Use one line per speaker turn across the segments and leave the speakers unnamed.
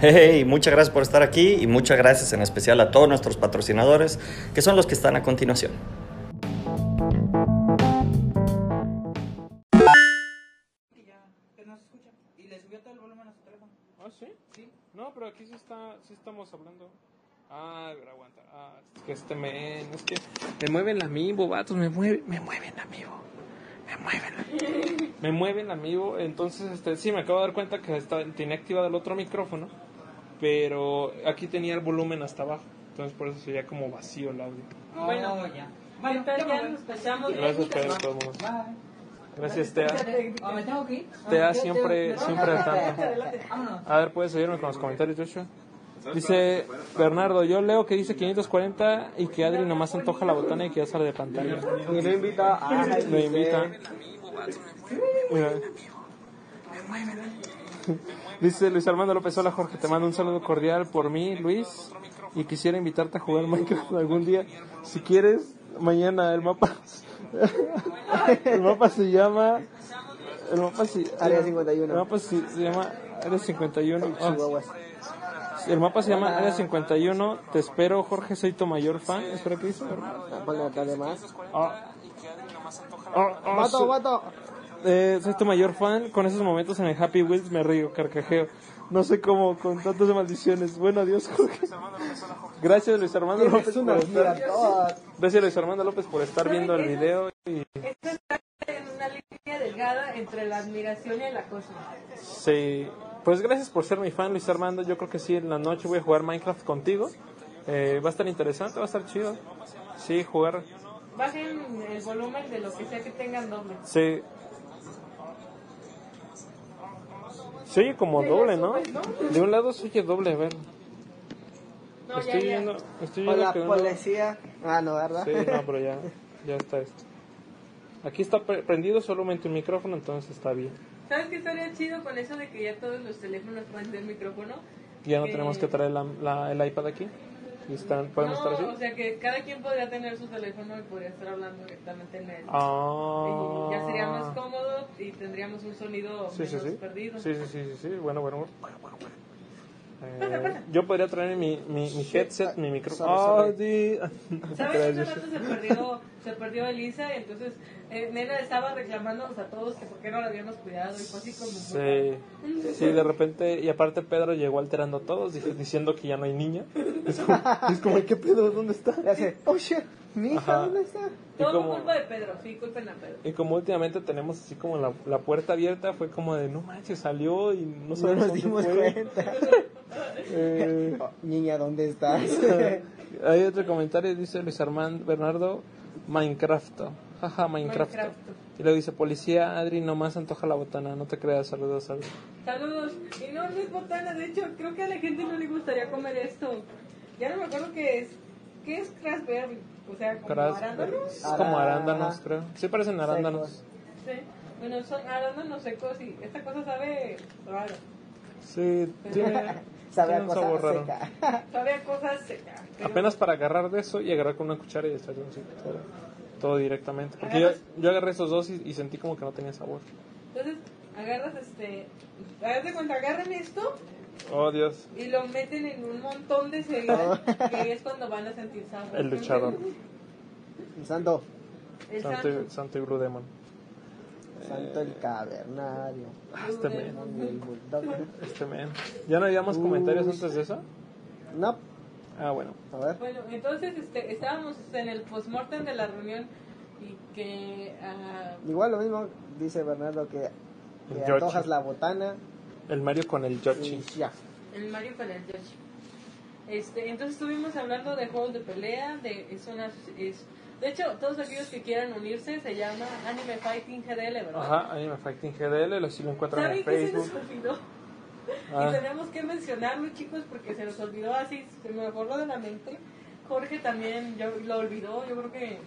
Hey, muchas gracias por estar aquí y muchas gracias en especial a todos nuestros patrocinadores, que son los que están a continuación.
que no se escucha. Y le subió todo el volumen a su teléfono.
¿Ah, sí?
Sí.
No, pero aquí sí, está, sí estamos hablando. Ah, pero aguanta. Ah, es que este men, es que me mueven la amiibo, vatos, me mueve, me mueven la amiibo. Me mueven la Me mueven la amiibo, entonces este sí me acabo de dar cuenta que está tenía activado el otro micrófono, pero aquí tenía el volumen hasta abajo. Entonces por eso se veía como vacío el audio.
Bueno, ya. Bueno,
Entonces,
ya
ya
nos
nos
pasamos.
Gracias Pedro, de todos modos. Gracias Tea.
¿O me tengo que ir?
Tea siempre siempre al tanto.
Vámonos.
A ver, puedes ayudarme con los comentarios, Joshua. Dice Bernardo, yo leo que dice 540 y que Adri nomás antoja la botana y que ya sale de pantalla.
Y lo invita a...
Lo invita. Mira. Dice Luis Armando López, hola Jorge, te mando un saludo cordial por mí, Luis, y quisiera invitarte a jugar Minecraft algún día. Si quieres, mañana el mapa... El mapa se llama... El mapa se...
Área 51.
El mapa se, se llama Área 51. Ah,
Chihuahuas.
el mapa se llama Área 51. Te espero, Jorge. Soy tu mayor fan. Espero que dice.
Ponle acá de más.
Ah. Ah, ah,
¡Vato,
so-
vato!
eh, soy tu mayor fan. Con esos momentos en el Happy Wheels me río, carcajeo. No sé cómo, con tantas maldiciones. Bueno, adiós, Jorge. Gracias, Luis Armando López. Por estar, gracias, Luis Armando López, por estar viendo el video. Y,
Esto está en una línea delgada entre la admiración y el acoso.
sí. Pues gracias por ser mi fan, Luis Armando. Yo creo que sí, en la noche voy a jugar Minecraft contigo. Eh, va a estar interesante, va a estar chido. Sí, jugar
Bajen el volumen de lo que sea que tengan doble.
Se... Se oye como doble, ¿no? De un lado se oye doble, a ver.
No, ya,
estoy
ya.
viendo, estoy viendo
Hola,
que uno-
policía. Ah, no, ¿verdad?
Sí, no, pero ya, ya está esto. Aquí está pre- prendido solamente un micrófono, entonces está bien.
¿Sabes qué estaría chido con eso de que ya todos los teléfonos pueden tener micrófono?
Ya no
Eh,
tenemos que traer la, la- el iPad aquí. Y están, podemos
no,
estar así.
o sea que cada quien podría tener su teléfono y podría estar hablando directamente en él.
Ah.
Y ya sería más cómodo y tendríamos un sonido
Sí, sí,
menos
sí.
perdido.
Sí, sí, sí, sí, sí. Bueno, bueno, bueno. Eh, yo podría traer mi, mi, mi headset, mi micrófono.
Sorry,
¿Sabes? Hace rato se perdió, se perdió Elisa, entonces eh, Nena estaba reclamándonos a todos que por qué no la habíamos cuidado y fue así como...
Sí, sí, de repente, y aparte Pedro llegó alterando a todos, dije- diciendo que ya no hay niña. Es como, es como, ¿qué pedo? ¿Dónde está?
Le hace, oh shit, mi hija,
Ajá.
¿dónde está?
Y
Todo
como,
culpa de Pedro, sí, culpen a Pedro.
y como últimamente tenemos así como la, la puerta abierta, fue como de, no manches, salió y no
No
sabemos dónde
nos dimos
fue".
cuenta.
Eh,
Oh, niña, ¿dónde estás?
hay otro comentario, dice Luis Armando Bernardo, Minecraft. Jaja, Minecraft.
Minecrafto.
Y luego dice, policía, Adri, nomás antoja la botana, no te creas, saludos, saludos.
Saludos. Y no, no es botana, de hecho, creo que a la gente no le gustaría comer esto. Ya no me acuerdo qué es. ¿Qué es raspberry? O sea, como
Caras-
arándanos.
es como arándanos,
Ará-
creo. Sí parecen arándanos.
Secos.
Sí. Bueno, son arándanos secos y esta cosa sabe raro.
Sí, tiene, tiene
Sabe a
un
cosa
sabor raro.
seca.
Sabe a cosas secas. pero-
Apenas para agarrar de eso y agarrar con una cuchara y echarle así, todo, todo directamente. Porque yo, yo agarré esos dos y, y sentí como que no tenía sabor.
Entonces, agarras este. Haz de cuenta, agarran esto
Oh, Dios.
y lo meten en un montón de cereal. que ahí es cuando van a sentir sabor.
El luchador.
Santo,
El
Santo,
santo.
y- Santo y Blue Demon.
santo el cavernario.
Ah, Este men.
Santo el bulldog.
Este men. ¿Ya no habíamos comentarios antes de eso?
No,
Ah, bueno.
a ver.
Bueno, entonces este, estábamos este, en el postmortem de la reunión y que ah,
Igual lo mismo dice Bernardo que, que
George.
antojas la botana
El Mario con el
y
Yoshi.
ya.
el Mario con el Yoshi. Este, entonces estuvimos hablando de juegos de pelea, de es una- es- de hecho todos aquellos que quieran unirse se llama Anime Fighting GDL, ¿verdad?
Ajá, Anime Fighting GDL, lo sí lo encuentran en
¿Saben qué se nos
Facebook.
olvidó?
Ah.
Y tenemos que mencionarlo, chicos, porque se nos olvidó así, se me borró de la mente. Jorge también yo, lo olvidó, yo creo que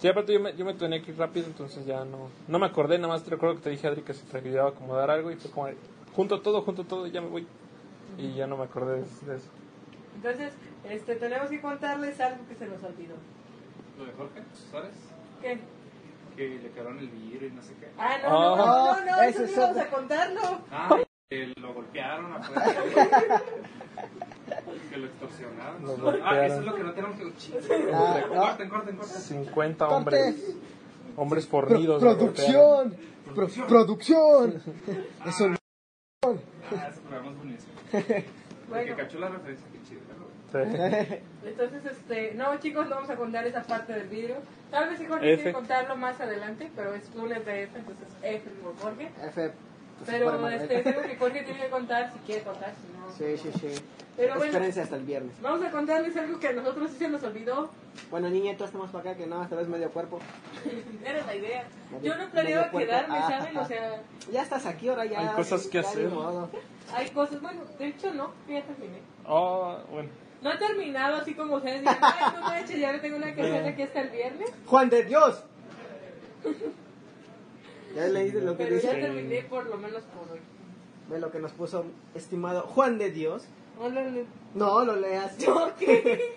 Sí, aparte yo me, yo me tenía que ir rápido, entonces ya no, no me acordé, nada más te recuerdo que te dije Adri que se te olvidaba acomodar algo y fue como, de, junto todo, junto todo, ya me voy. Y ya no me acordé de, de eso.
Entonces, este, tenemos que contarles algo que se nos olvidó.
Lo de Jorge, ¿sabes?
¿Qué?
Que le quedaron el vidrio y no sé qué.
Ah, no, no,
Ah.
no, no,
Ah,
eso
ese
sí
es
vamos a contarlo.
Ah, Que lo golpearon afuera. que lo extorsionaron.
Lo
Ah,
golpearon.
eso es lo que no tenemos que... Chinga.
Ah, no.
corten, corten, corten.
50
Corte.
hombres. Hombres
Pro-
fornidos. lo golpearon.
producción, Pro- producción. Es un-
Ah, ese programa es buenísimo. El que
Bueno,
cachó la referencia, qué chido.
Sí.
entonces, este, no, chicos, no vamos a contar esa parte del vidrio. Tal vez si Jorge
F.
quiere contarlo más adelante, pero es lunes de F, entonces F por Jorge.
F. pues, para
Pero
Manuel.
este, creo que Jorge tiene que contar si quiere contar, si no.
Sí, sí, sí.
Pero bueno.
Espérense hasta el viernes.
Vamos a contarles algo que a nosotros sí se nos olvidó.
Bueno, niña, tú estás más para acá que no, esta vez medio cuerpo.
Era la idea.
Medio-
Yo no planeaba
medio cuerpo.
quedarme,
Ah,
¿saben? O
ah.
sea,
Ya estás aquí, ahora ya.
Hay cosas que
ya ni
hacer.
modo.
hay cosas. Bueno, de hecho, no, ya terminé.
Oh, bueno.
No he terminado así como ustedes dicen, ay, no manches, ya no tengo nada que hacer aquí hasta el viernes.
Juan de Dios. Ya leíste lo que
Pero ya
dice.
terminé por lo menos por hoy.
Ve lo que nos puso estimado Juan de Dios.
Hola, le-
No, lo leas.
¿Yo qué?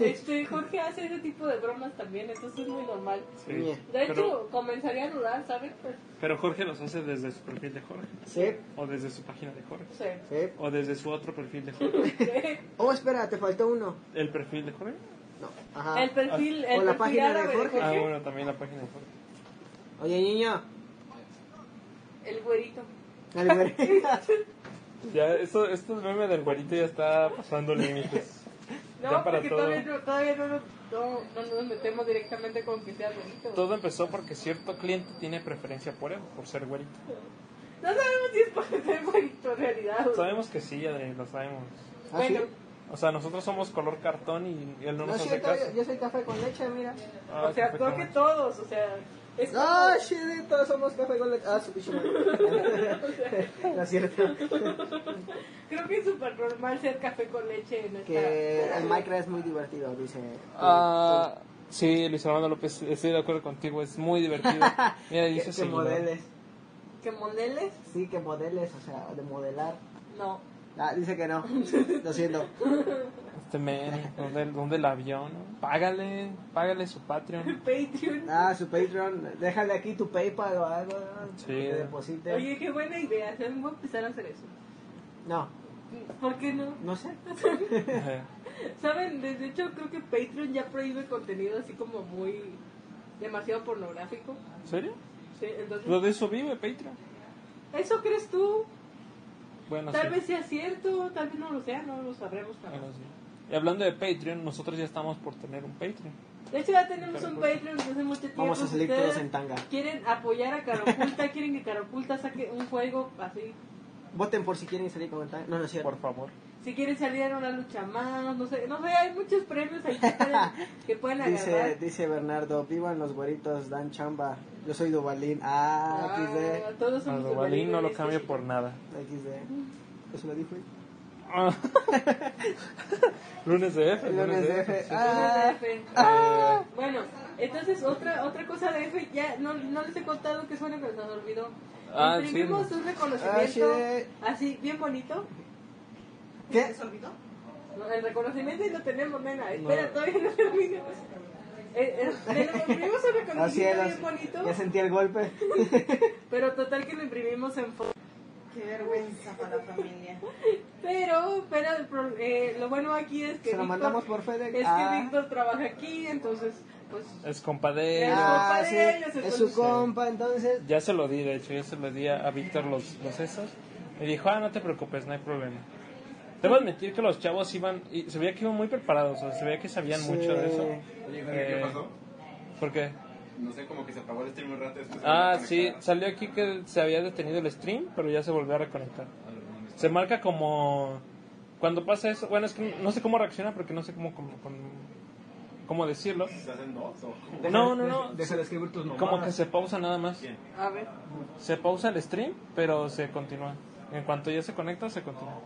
Este, Jorge hace ese tipo de bromas también, entonces es muy normal.
sí.
Mie.
De hecho,
Pero,
comenzaría a dudar, ¿saben? Pues,
pero Jorge los hace desde su perfil de Jorge.
Sí,
O desde su página de Jorge.
no sé.
sí.
O desde su otro perfil de Jorge.
Oh, espera, te faltó uno.
¿El perfil de Jorge?
No, ajá.
El perfil, el
Ah, O la
perfil
página de
árabe
Jorge.
Ah, bueno, también la página de Jorge.
Oye, niña.
el güerito.
El güey.
Ya, esto, esto del meme del güerito ya está pasando límites.
No,
Ya para
porque
todo.
todavía, no, todavía no, nos- no, no nos metemos directamente con que sea güerito.
Todo empezó porque cierto cliente tiene preferencia por él, por ser güerito.
No sabemos si es por ser güerito en realidad. güey.
Sabemos que sí, Adri, lo sabemos.
¿Ah, sí?
Bueno,
O sea, nosotros somos color cartón y él no
No
nos
es
hace
cierto,
caso.
yo, yo soy café con leche, mira.
Ah,
o sea,
perfecto.
creo que todos, o sea, es como-
Ah, shit, todos somos café con leche. Ah, su pinche madre. No es cierto.
creo que es súper normal ser café con leche en esta...
Que el Minecraft es muy divertido, dice.
Ah, sí, Luis Armando López, estoy de acuerdo contigo, es muy divertido. Mira,
que,
dice
que
seguidor.
modeles.
¿Que modeles?
Sí, que modeles, o sea, de modelar.
No.
Ah, dice que no. Lo siento.
Este men, ¿dónde, dónde el avión? Págale, págale su Patreon.
Patreon.
Ah, su Patreon. Déjale aquí tu PayPal o algo. ¿no?
Sí.
Que te deposite.
Oye, qué buena idea, ¿saben? Voy a empezar a hacer eso.
No,
¿Por qué no?
no sé.
Ajá.
¿Saben? De de hecho, creo que Patreon ya prohíbe contenido así como muy... demasiado pornográfico.
¿En serio?
Sí, entonces...
Lo de eso vive Patreon.
¿Eso crees tú?
Bueno, sí.
Tal vez sea cierto, tal vez no lo sea, no lo sabremos
Bueno,
jamás.
sí. Y hablando de Patreon, nosotros ya estamos por tener un Patreon.
De hecho, ya tenemos un
pues,
Patreon desde hace mucho tiempo.
Vamos a salir
Si ustedes
todos en tanga.
Quieren apoyar a Caroculta, quieren que Caroculta saque un juego así.
Voten por si quieren salir con tanga. No, no es cierto.
Por favor.
Si quieren salir en una lucha más, no sé, no sé, hay muchos premios ahí que pueden, que pueden
Dice,
agarrar.
dice Bernardo, vivan los güeritos, dan chamba. Yo soy Dubalín. Ah,
Ah,
XD.
todos
A
somos
lo Balín no lo
valientes.
cambio por nada.
XD. Eso Pues lo dijo. él.
Ah. lunes de F.
Lunes de F.
sí.
Ah,
F.
ah.
Bueno, entonces otra otra cosa de F, ya no, no les he contado que suena, pero se nos olvidó.
Ah,
Imprimimos
sí.
un reconocimiento
Ah, sí.
así, bien bonito.
¿Qué?
No, El reconocimiento y lo tenemos, nena. Espera, todavía no termino. Eh, eh, le imprimimos un
Así
reconocimiento
es.
bien bonito,
Ah, Ya sentí el golpe.
pero total que lo imprimimos en foto.
Qué vergüenza para la familia.
Pero, pero el pro- eh, lo bueno aquí es que
Se lo
Víctor-
mandamos por
es
FedEx.
que
Ah.
Víctor trabaja aquí, entonces, pues,
Es compadre.
Ah. compa
sí,
de ellos,
es su
entonces.
compa, entonces.
Ya se lo di, de hecho, ya se lo di a, a Víctor los, los esos. Me dijo, ah, no te preocupes, no hay problema. Debo admitir que los chavos iban, y se veía que iban muy preparados, o sea, se veía que sabían
Sí.
mucho de eso.
Oye, Jorge, ¿qué
Eh,
pasó?
¿Por qué?
No sé, como que se apagó el stream un rato y después... se volvió
Ah,
a
sí,
conectar.
salió aquí que se había detenido el stream, pero ya se volvió a reconectar.
Ah,
Se marca como... Cuando pasa eso, bueno, es que no sé cómo reacciona porque no sé cómo, cómo, cómo- cómo decirlo.
¿Se hacen dos o cómo?
No, no, no.
Deja de escribir tus
Como que se pausa nada más.
Bien.
a ver.
Se pausa el stream, pero se continúa. En cuanto ya se conecta, se continúa.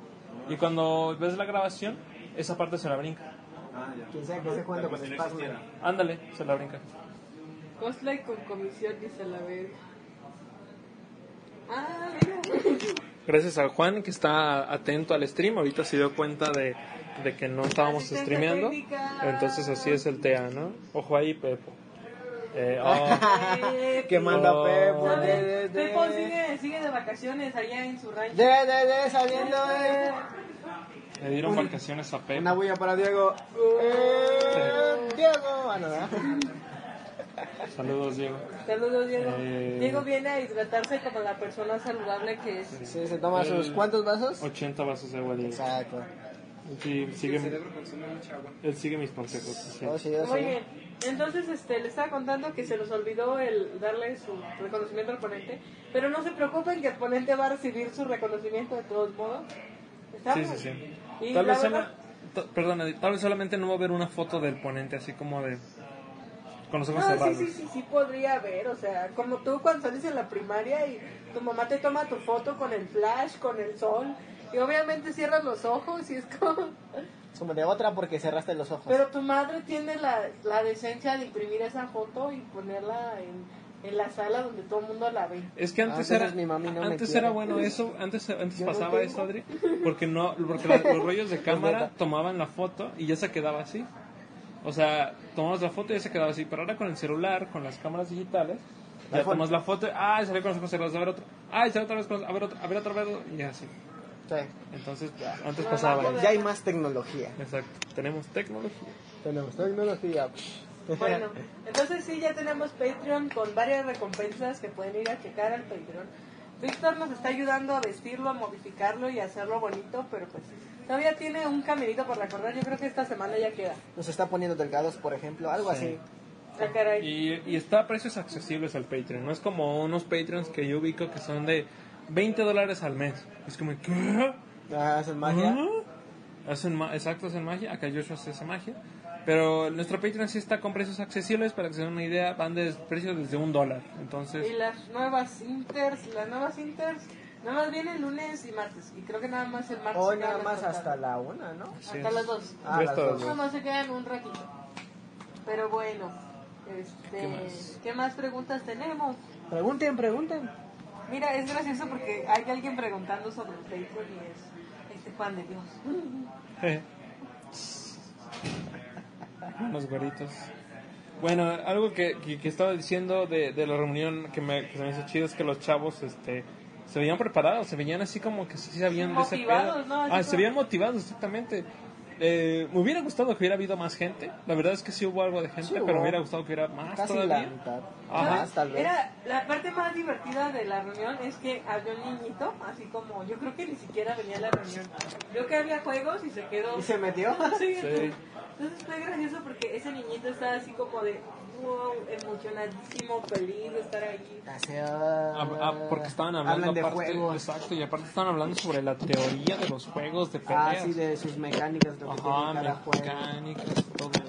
Y cuando ves la grabación, esa parte se la brinca.
Ah, ya.
Quién sabe qué se cuenta
Como
con
si no
espasmo.
existiera.
Ándale, se la brinca.
Cosplay con comisión, dice la verga. Ah, mira.
Gracias a Juan que está atento al stream. Ahorita se dio cuenta de, de que no estábamos
Asistencia
streameando.
técnica.
Entonces así es el TEA, ¿no? Ojo ahí, Pepo. Eh, oh,
Que manda
Oh.
Pepo.
Eh, ¿Sabe?
De, de, de.
Pepo sigue, sigue de vacaciones allá en su rancho.
De, de, de, saliendo de.
le dieron vacaciones a Pepe.
Una bulla para Diego. Eh, Diego. Ah, no, ¿verdad?
Saludos, Diego.
Saludos, Diego.
Eh.
Diego viene a hidratarse como la persona saludable que es.
Sí, se toma sus. ¿Cuántos vasos?
80 vasos de agua, Diego.
Exacto.
Sí, sigue,
cerebro consume mucha agua.
él sigue mis consejos. sí,
Oh,
sí.
sí, yo
Muy
sí.
bien. Entonces, este, le estaba contando que se nos olvidó el darle su reconocimiento al ponente, pero no se preocupen que el ponente va a recibir su reconocimiento de todos modos.
Sí,
¿Estamos?
sí, sí.
Y
Tal
la
vez, solo,
verdad-
t- perdona, tal vez solamente no va a haber una foto del ponente así como de... Con los ojos
No, Ah, sí,
cerrados.
sí, sí, sí podría haber, o sea, como tú cuando sales en la primaria y tu mamá te toma tu foto con el flash, con el sol, y obviamente cierras los ojos y es como...
Es Como de otra porque cerraste los ojos.
Pero tu madre tiene la, la decencia de imprimir esa foto y ponerla en, en la sala donde todo el mundo la ve.
Es que antes
Ah,
era
entonces mi mami no me
antes
quiere.
era bueno eso, antes antes
Yo no
pasaba
tengo.
eso, Adri, porque no porque la- los rollos de cámara
neta.
tomaban la foto y ya se quedaba así. O sea, tomabas la foto y ya se quedaba así, pero ahora con el celular, con las cámaras digitales,
La
ya
foto.
tomas la foto, ah, salió con los ojos cerrados, a ver otro, ah, salió otra vez con los- a ver otro, a ver otra vez, y así.
Sí.
Entonces, antes
Ah,
No,
pasaba.
no,
Ya hay más tecnología.
Exacto. Tenemos tecnología.
Tenemos tecnología.
Bueno, entonces sí, ya tenemos Patreon con varias recompensas que pueden ir a checar al Patreon. Víctor nos está ayudando a vestirlo, a modificarlo y a hacerlo bonito, pero pues todavía tiene un caminito por recorrer. Yo creo que esta semana ya queda.
Nos está poniendo delgados, por ejemplo, algo
Sí.
así.
Ah, caray.
Y, y está a precios accesibles al Patreon. No es como unos Patreons que yo ubico que son de 20 dólares al mes. Es como, ¿qué?
Ah, hacen magia.
Ah, Hacen ma- exacto, hacen magia. Acá Joshua hace esa magia. Pero nuestro Patreon sí está con precios accesibles. Para que se den una idea, van de precios desde un dólar.
Y
Entonces,
las nuevas Inters, las nuevas Inters, nada más vienen lunes y martes. Y creo que nada más el martes.
Hoy
se queda
nada más
recortado.
hasta la una, ¿no?
así
hasta
es.
las dos.
Ah, las
Hasta las
dos.
Nada
dos.
más se quedan un ratito. Pero bueno, este,
¿Qué más?
¿qué más preguntas tenemos?
Pregunten, pregunten.
Mira, es gracioso porque hay alguien preguntando sobre el Facebook y es este Juan de Dios.
Unos güeritos. Bueno, algo que, que- que estaba diciendo de, de la reunión que, me, que se me hizo chido es que los chavos este, se veían preparados, se veían así como que sí sabían de ese
Motivados,
pedo.
¿no? Así
Ah, se
como-
veían motivados, exactamente. Eh, me hubiera gustado que hubiera habido más gente. La verdad es que sí hubo algo de gente,
Sí
pero
hubo.
me hubiera gustado que hubiera más
Casi
todavía.
la mitad.
Ajá.
Más, tal vez.
Era la parte más divertida de la reunión es que había un niñito, así como yo creo que ni siquiera venía a la reunión. Creo que había juegos y se quedó.
¿Y se metió?
Sí. Entonces fue gracioso porque ese niñito estaba así como de wow, emocionadísimo, feliz de estar ahí.
Ah, ah, porque estaban hablando
Hablan de
aparte,
juegos.
exacto, y aparte estaban hablando sobre la teoría de los juegos de
Ah,
peleas.
sí, de sus mecánicas, lo que
Ajá,
tiene cada juego.
mecánicas, todo eso.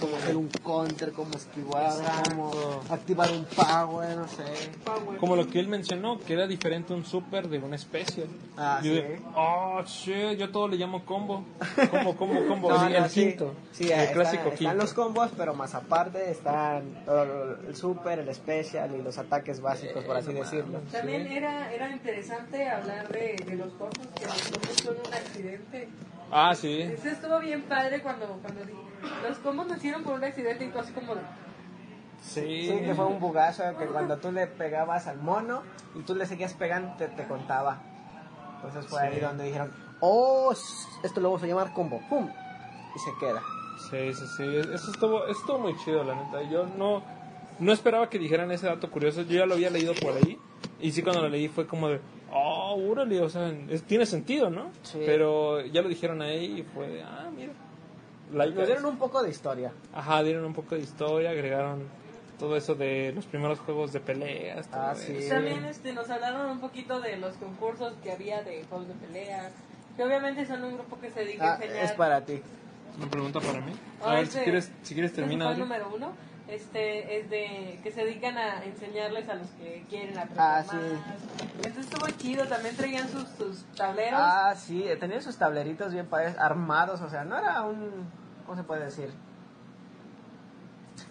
Cómo hacer un counter, cómo esquivar,
Exacto.
cómo activar un power, no sé.
Power.
Como lo que él mencionó, que era diferente un super de una especie.
Ah,
yo
sí.
de, oh, shit, yo todo le llamo combo. Combo, combo, combo.
No,
Sí,
no,
el
sí.
quinto.
Sí,
el
están,
clásico
están
quinto.
los combos, pero más aparte están todo lo- el super, el especial y los ataques básicos, por
Eh,
así decirlo.
También era, era interesante hablar de, de los costos que los costos son un accidente.
Ah, sí.
Eso estuvo bien padre cuando, cuando di- los combos nacieron por un accidente y tú así como de,
Sí.
Sí, que fue un bugazo que cuando tú le pegabas al mono y tú le seguías pegando, te, te contaba. Entonces fue ahí donde dijeron, oh, s- esto lo vamos a llamar combo, pum, y se queda.
Sí, sí, sí. Eso estuvo, eso estuvo muy chido, la neta. Yo no, no esperaba que dijeran ese dato curioso. Yo ya lo había leído por ahí. Y sí, cuando lo leí fue como de, oh, órale, o sea, es- tiene sentido, ¿no?
Sí.
Pero ya lo dijeron ahí y fue de, ah, mira. Like
Nos
a
dieron
eso.
un poco de historia.
Ajá, dieron un poco de historia, agregaron todo eso de los primeros juegos de peleas. todo
Ah, sí.
eso.
También este, nos hablaron un poquito de los concursos que había de juegos de pelea, que obviamente son un grupo que se dedica
Ah,
a enseñar.
es para ti.
Una pregunta para mí. A
Ah,
ver,
este-
si quieres, si quieres
este
termina.
fue el
Adri.
número uno, este, es de, que se dedican a enseñarles a los que quieren aprender
Ah, sí.
más. Entonces estuvo chido, también traían sus, sus tableros.
Ah, sí, eh, tenían sus tableritos bien padres, armados, o sea, no era un... ¿Cómo se puede decir?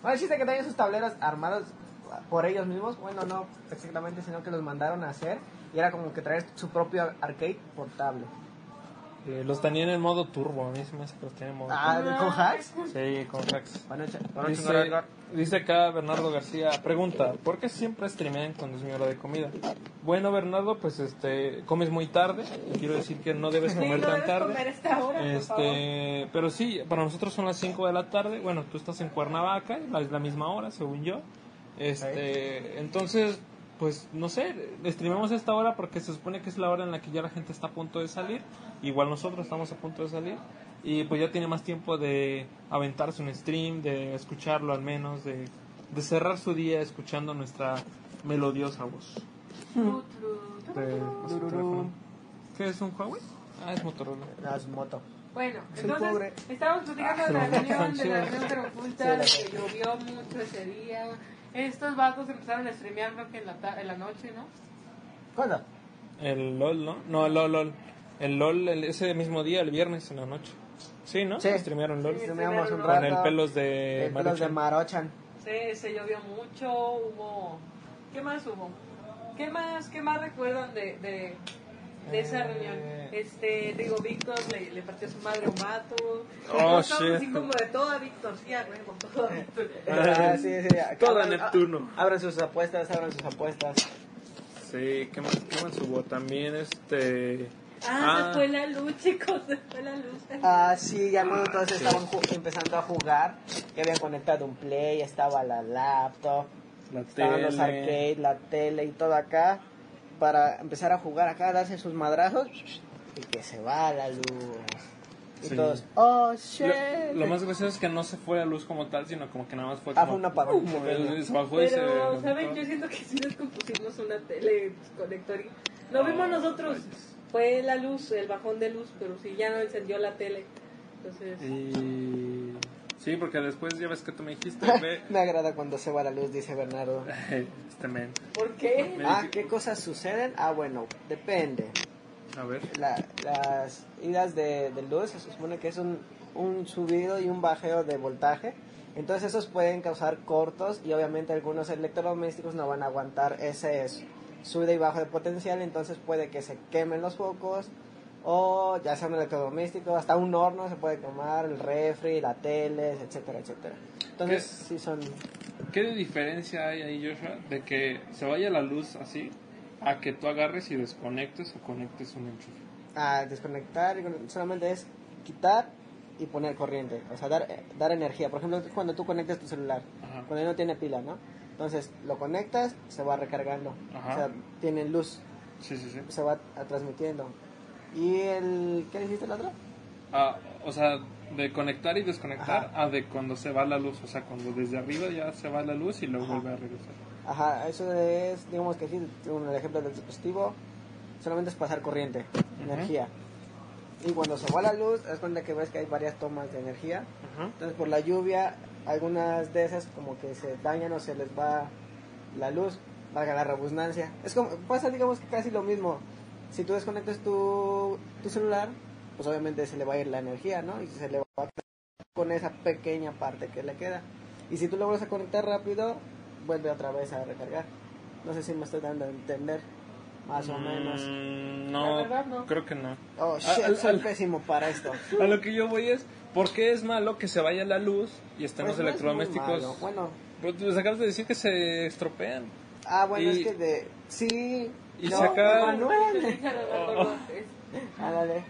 Bueno, el chiste es que tenían sus tableros armados por ellos mismos, bueno, no exactamente, sino que los mandaron a hacer y era como que traer su propio arcade portable.
Eh, los tenían en modo turbo, a mí se me hace que los tenían en modo
Ah, ¿con hacks?
turbo. Sí, con hacks.
Bueno, cha- bueno, chingón,
Dice,
Edgar.
dice acá Bernardo García, pregunta, ¿por qué siempre streamean cuando es mi hora de comida? Bueno, Bernardo, pues este, comes muy tarde, te quiero decir que no debes
Sí, no
comer tan
debes
tarde.
comer a esta hora, por favor.
Este, pero sí, para nosotros son las 5 de la tarde. Bueno, tú estás en Cuernavaca, es la, la misma hora, según yo. Este, entonces, pues no sé, streamamos a esta hora porque se supone que es la hora en la que ya la gente está a punto de salir. Igual nosotros estamos a punto de salir. Y pues ya tiene más tiempo de aventarse un stream, de escucharlo al menos, de, de cerrar su día escuchando nuestra melodiosa voz.
Tru, tru, tru.
De nuestro
Tururú.
teléfono. ¿Qué es un Huawei? Ah, es Motorola.
Ah, es moto.
Bueno,
Soy
entonces
pobre.
estábamos platicando de la
Ah, no,
reunión, de
sí.
la reunión que oculta, de que llovió mucho ese día. Estos vatos empezaron a streamear creo que en la, ta- en la noche, ¿no?
¿Cuándo?
El LOL, ¿no? No, el LOL, LOL. El LOL el- ese mismo día, el viernes en la noche. Sí, ¿no?
Sí.
Streamearon LOL.
Streameamos un
Con
rato.
Con el pelos de
El pelos de
Maruchan.
Marochan.
Sí, se llovió mucho, hubo... ¿Qué más hubo? ¿Qué más, qué más recuerdan de, de, de
Eh.
esa reunión? Este, digo, Víctor le, le partió su madre a un vato.
Oh,
Estamos así
shit. Eh,
como de todo a Víctor, sí, a huevo, todo a Víctor.
Ah, sí, sí.
Toda
Abran-
Neptuno.
a- Abran sus apuestas, abran sus apuestas.
Sí, ¿qué más, ¿qué más hubo? También este...
Ah,
Ah.
se fue la luz, chicos, se fue la luz.
Ah, sí, ya luego todos estaban ju- empezando a jugar. Ya habían conectado un play, estaba la laptop,
La
estaban los
tele.
arcades, la tele y todo acá. Para empezar a jugar acá, darse sus madrazos y que se va la luz. Y
Sí.
todos, oh shit.
Lo, lo más gracioso es que no se fue la luz como tal, sino como que nada más fue
Ah,
como...
fue una apagón,
¡pum!
como
El-
venía.
Se bajó y se...
Pero, ¿saben? Yo siento que si nos compusimos una tele pues, conector y
Ah,
lo vimos nosotros. Fue la luz, el bajón de luz, pero si ya no encendió la tele. Entonces,
Y... Sí, porque después ya ves que tú me dijiste, ve...
Me agrada cuando se va la luz, dice Bernardo.
este men.
¿por qué?
Me
Ah,
dije-
¿qué cosas suceden? Ah, bueno, depende.
A ver.
La- las idas de, de luz se supone que es un, un subido y un bajeo de voltaje. Entonces esos pueden causar cortos y obviamente algunos electrodomésticos no van a aguantar ese s- subida y bajo de potencial. Entonces puede que se quemen los focos o ya sea un electrodoméstico, hasta un horno se puede quemar, el refri, la tele, etcétera, etcétera. Entonces
¿Qué?
sí son...
¿Qué de diferencia hay ahí, Joshua, de que se vaya la luz así a que tú agarres y desconectes o conectes un enchufe?
a desconectar, solamente es quitar y poner corriente, o sea, dar, dar energía. Por ejemplo, cuando tú conectas tu celular,
Ajá.
cuando no tiene pila, ¿no? Entonces lo conectas, se va recargando,
Ajá.
o sea, tiene luz,
Sí, sí, sí.
se va a- transmitiendo. ¿Y el. ¿Qué dijiste el otro?
Ah, o sea, de conectar y desconectar a de cuando se va la luz, o sea, cuando desde arriba ya se va la luz y luego
Ajá.
vuelve a regresar.
Ajá, eso es, digamos que aquí, un ejemplo del dispositivo, solamente es pasar corriente, energía. Y cuando se va la luz, es cuando que ves que hay varias tomas de energía. Entonces por la lluvia, algunas de esas como que se dañan o se les va la luz, valga la redundancia. Es como, pasa digamos que casi lo mismo. Si tú desconectas tu, tu celular, pues obviamente se le va a ir la energía, ¿no? Y se le va a quedar con esa pequeña parte que le queda. Y si tú lo vuelves a conectar rápido, vuelve otra vez a recargar. No sé si me estoy dando a entender, más o menos.
Mm,
La
no,
verdad, no.
creo que no.
Oh, shit,
Ah, al-
soy
al-
pésimo para esto.
A lo que yo voy es, ¿por qué es malo que se vaya la luz y estén
Pues
los
no es muy
electrodomésticos?
malo, Bueno,
Pero tú les acabas de decir que se estropean.
ah, bueno,
Y-
es que de... Sí...
y
no,
saca-
Manuel. Ah,
Oh.
Ándale.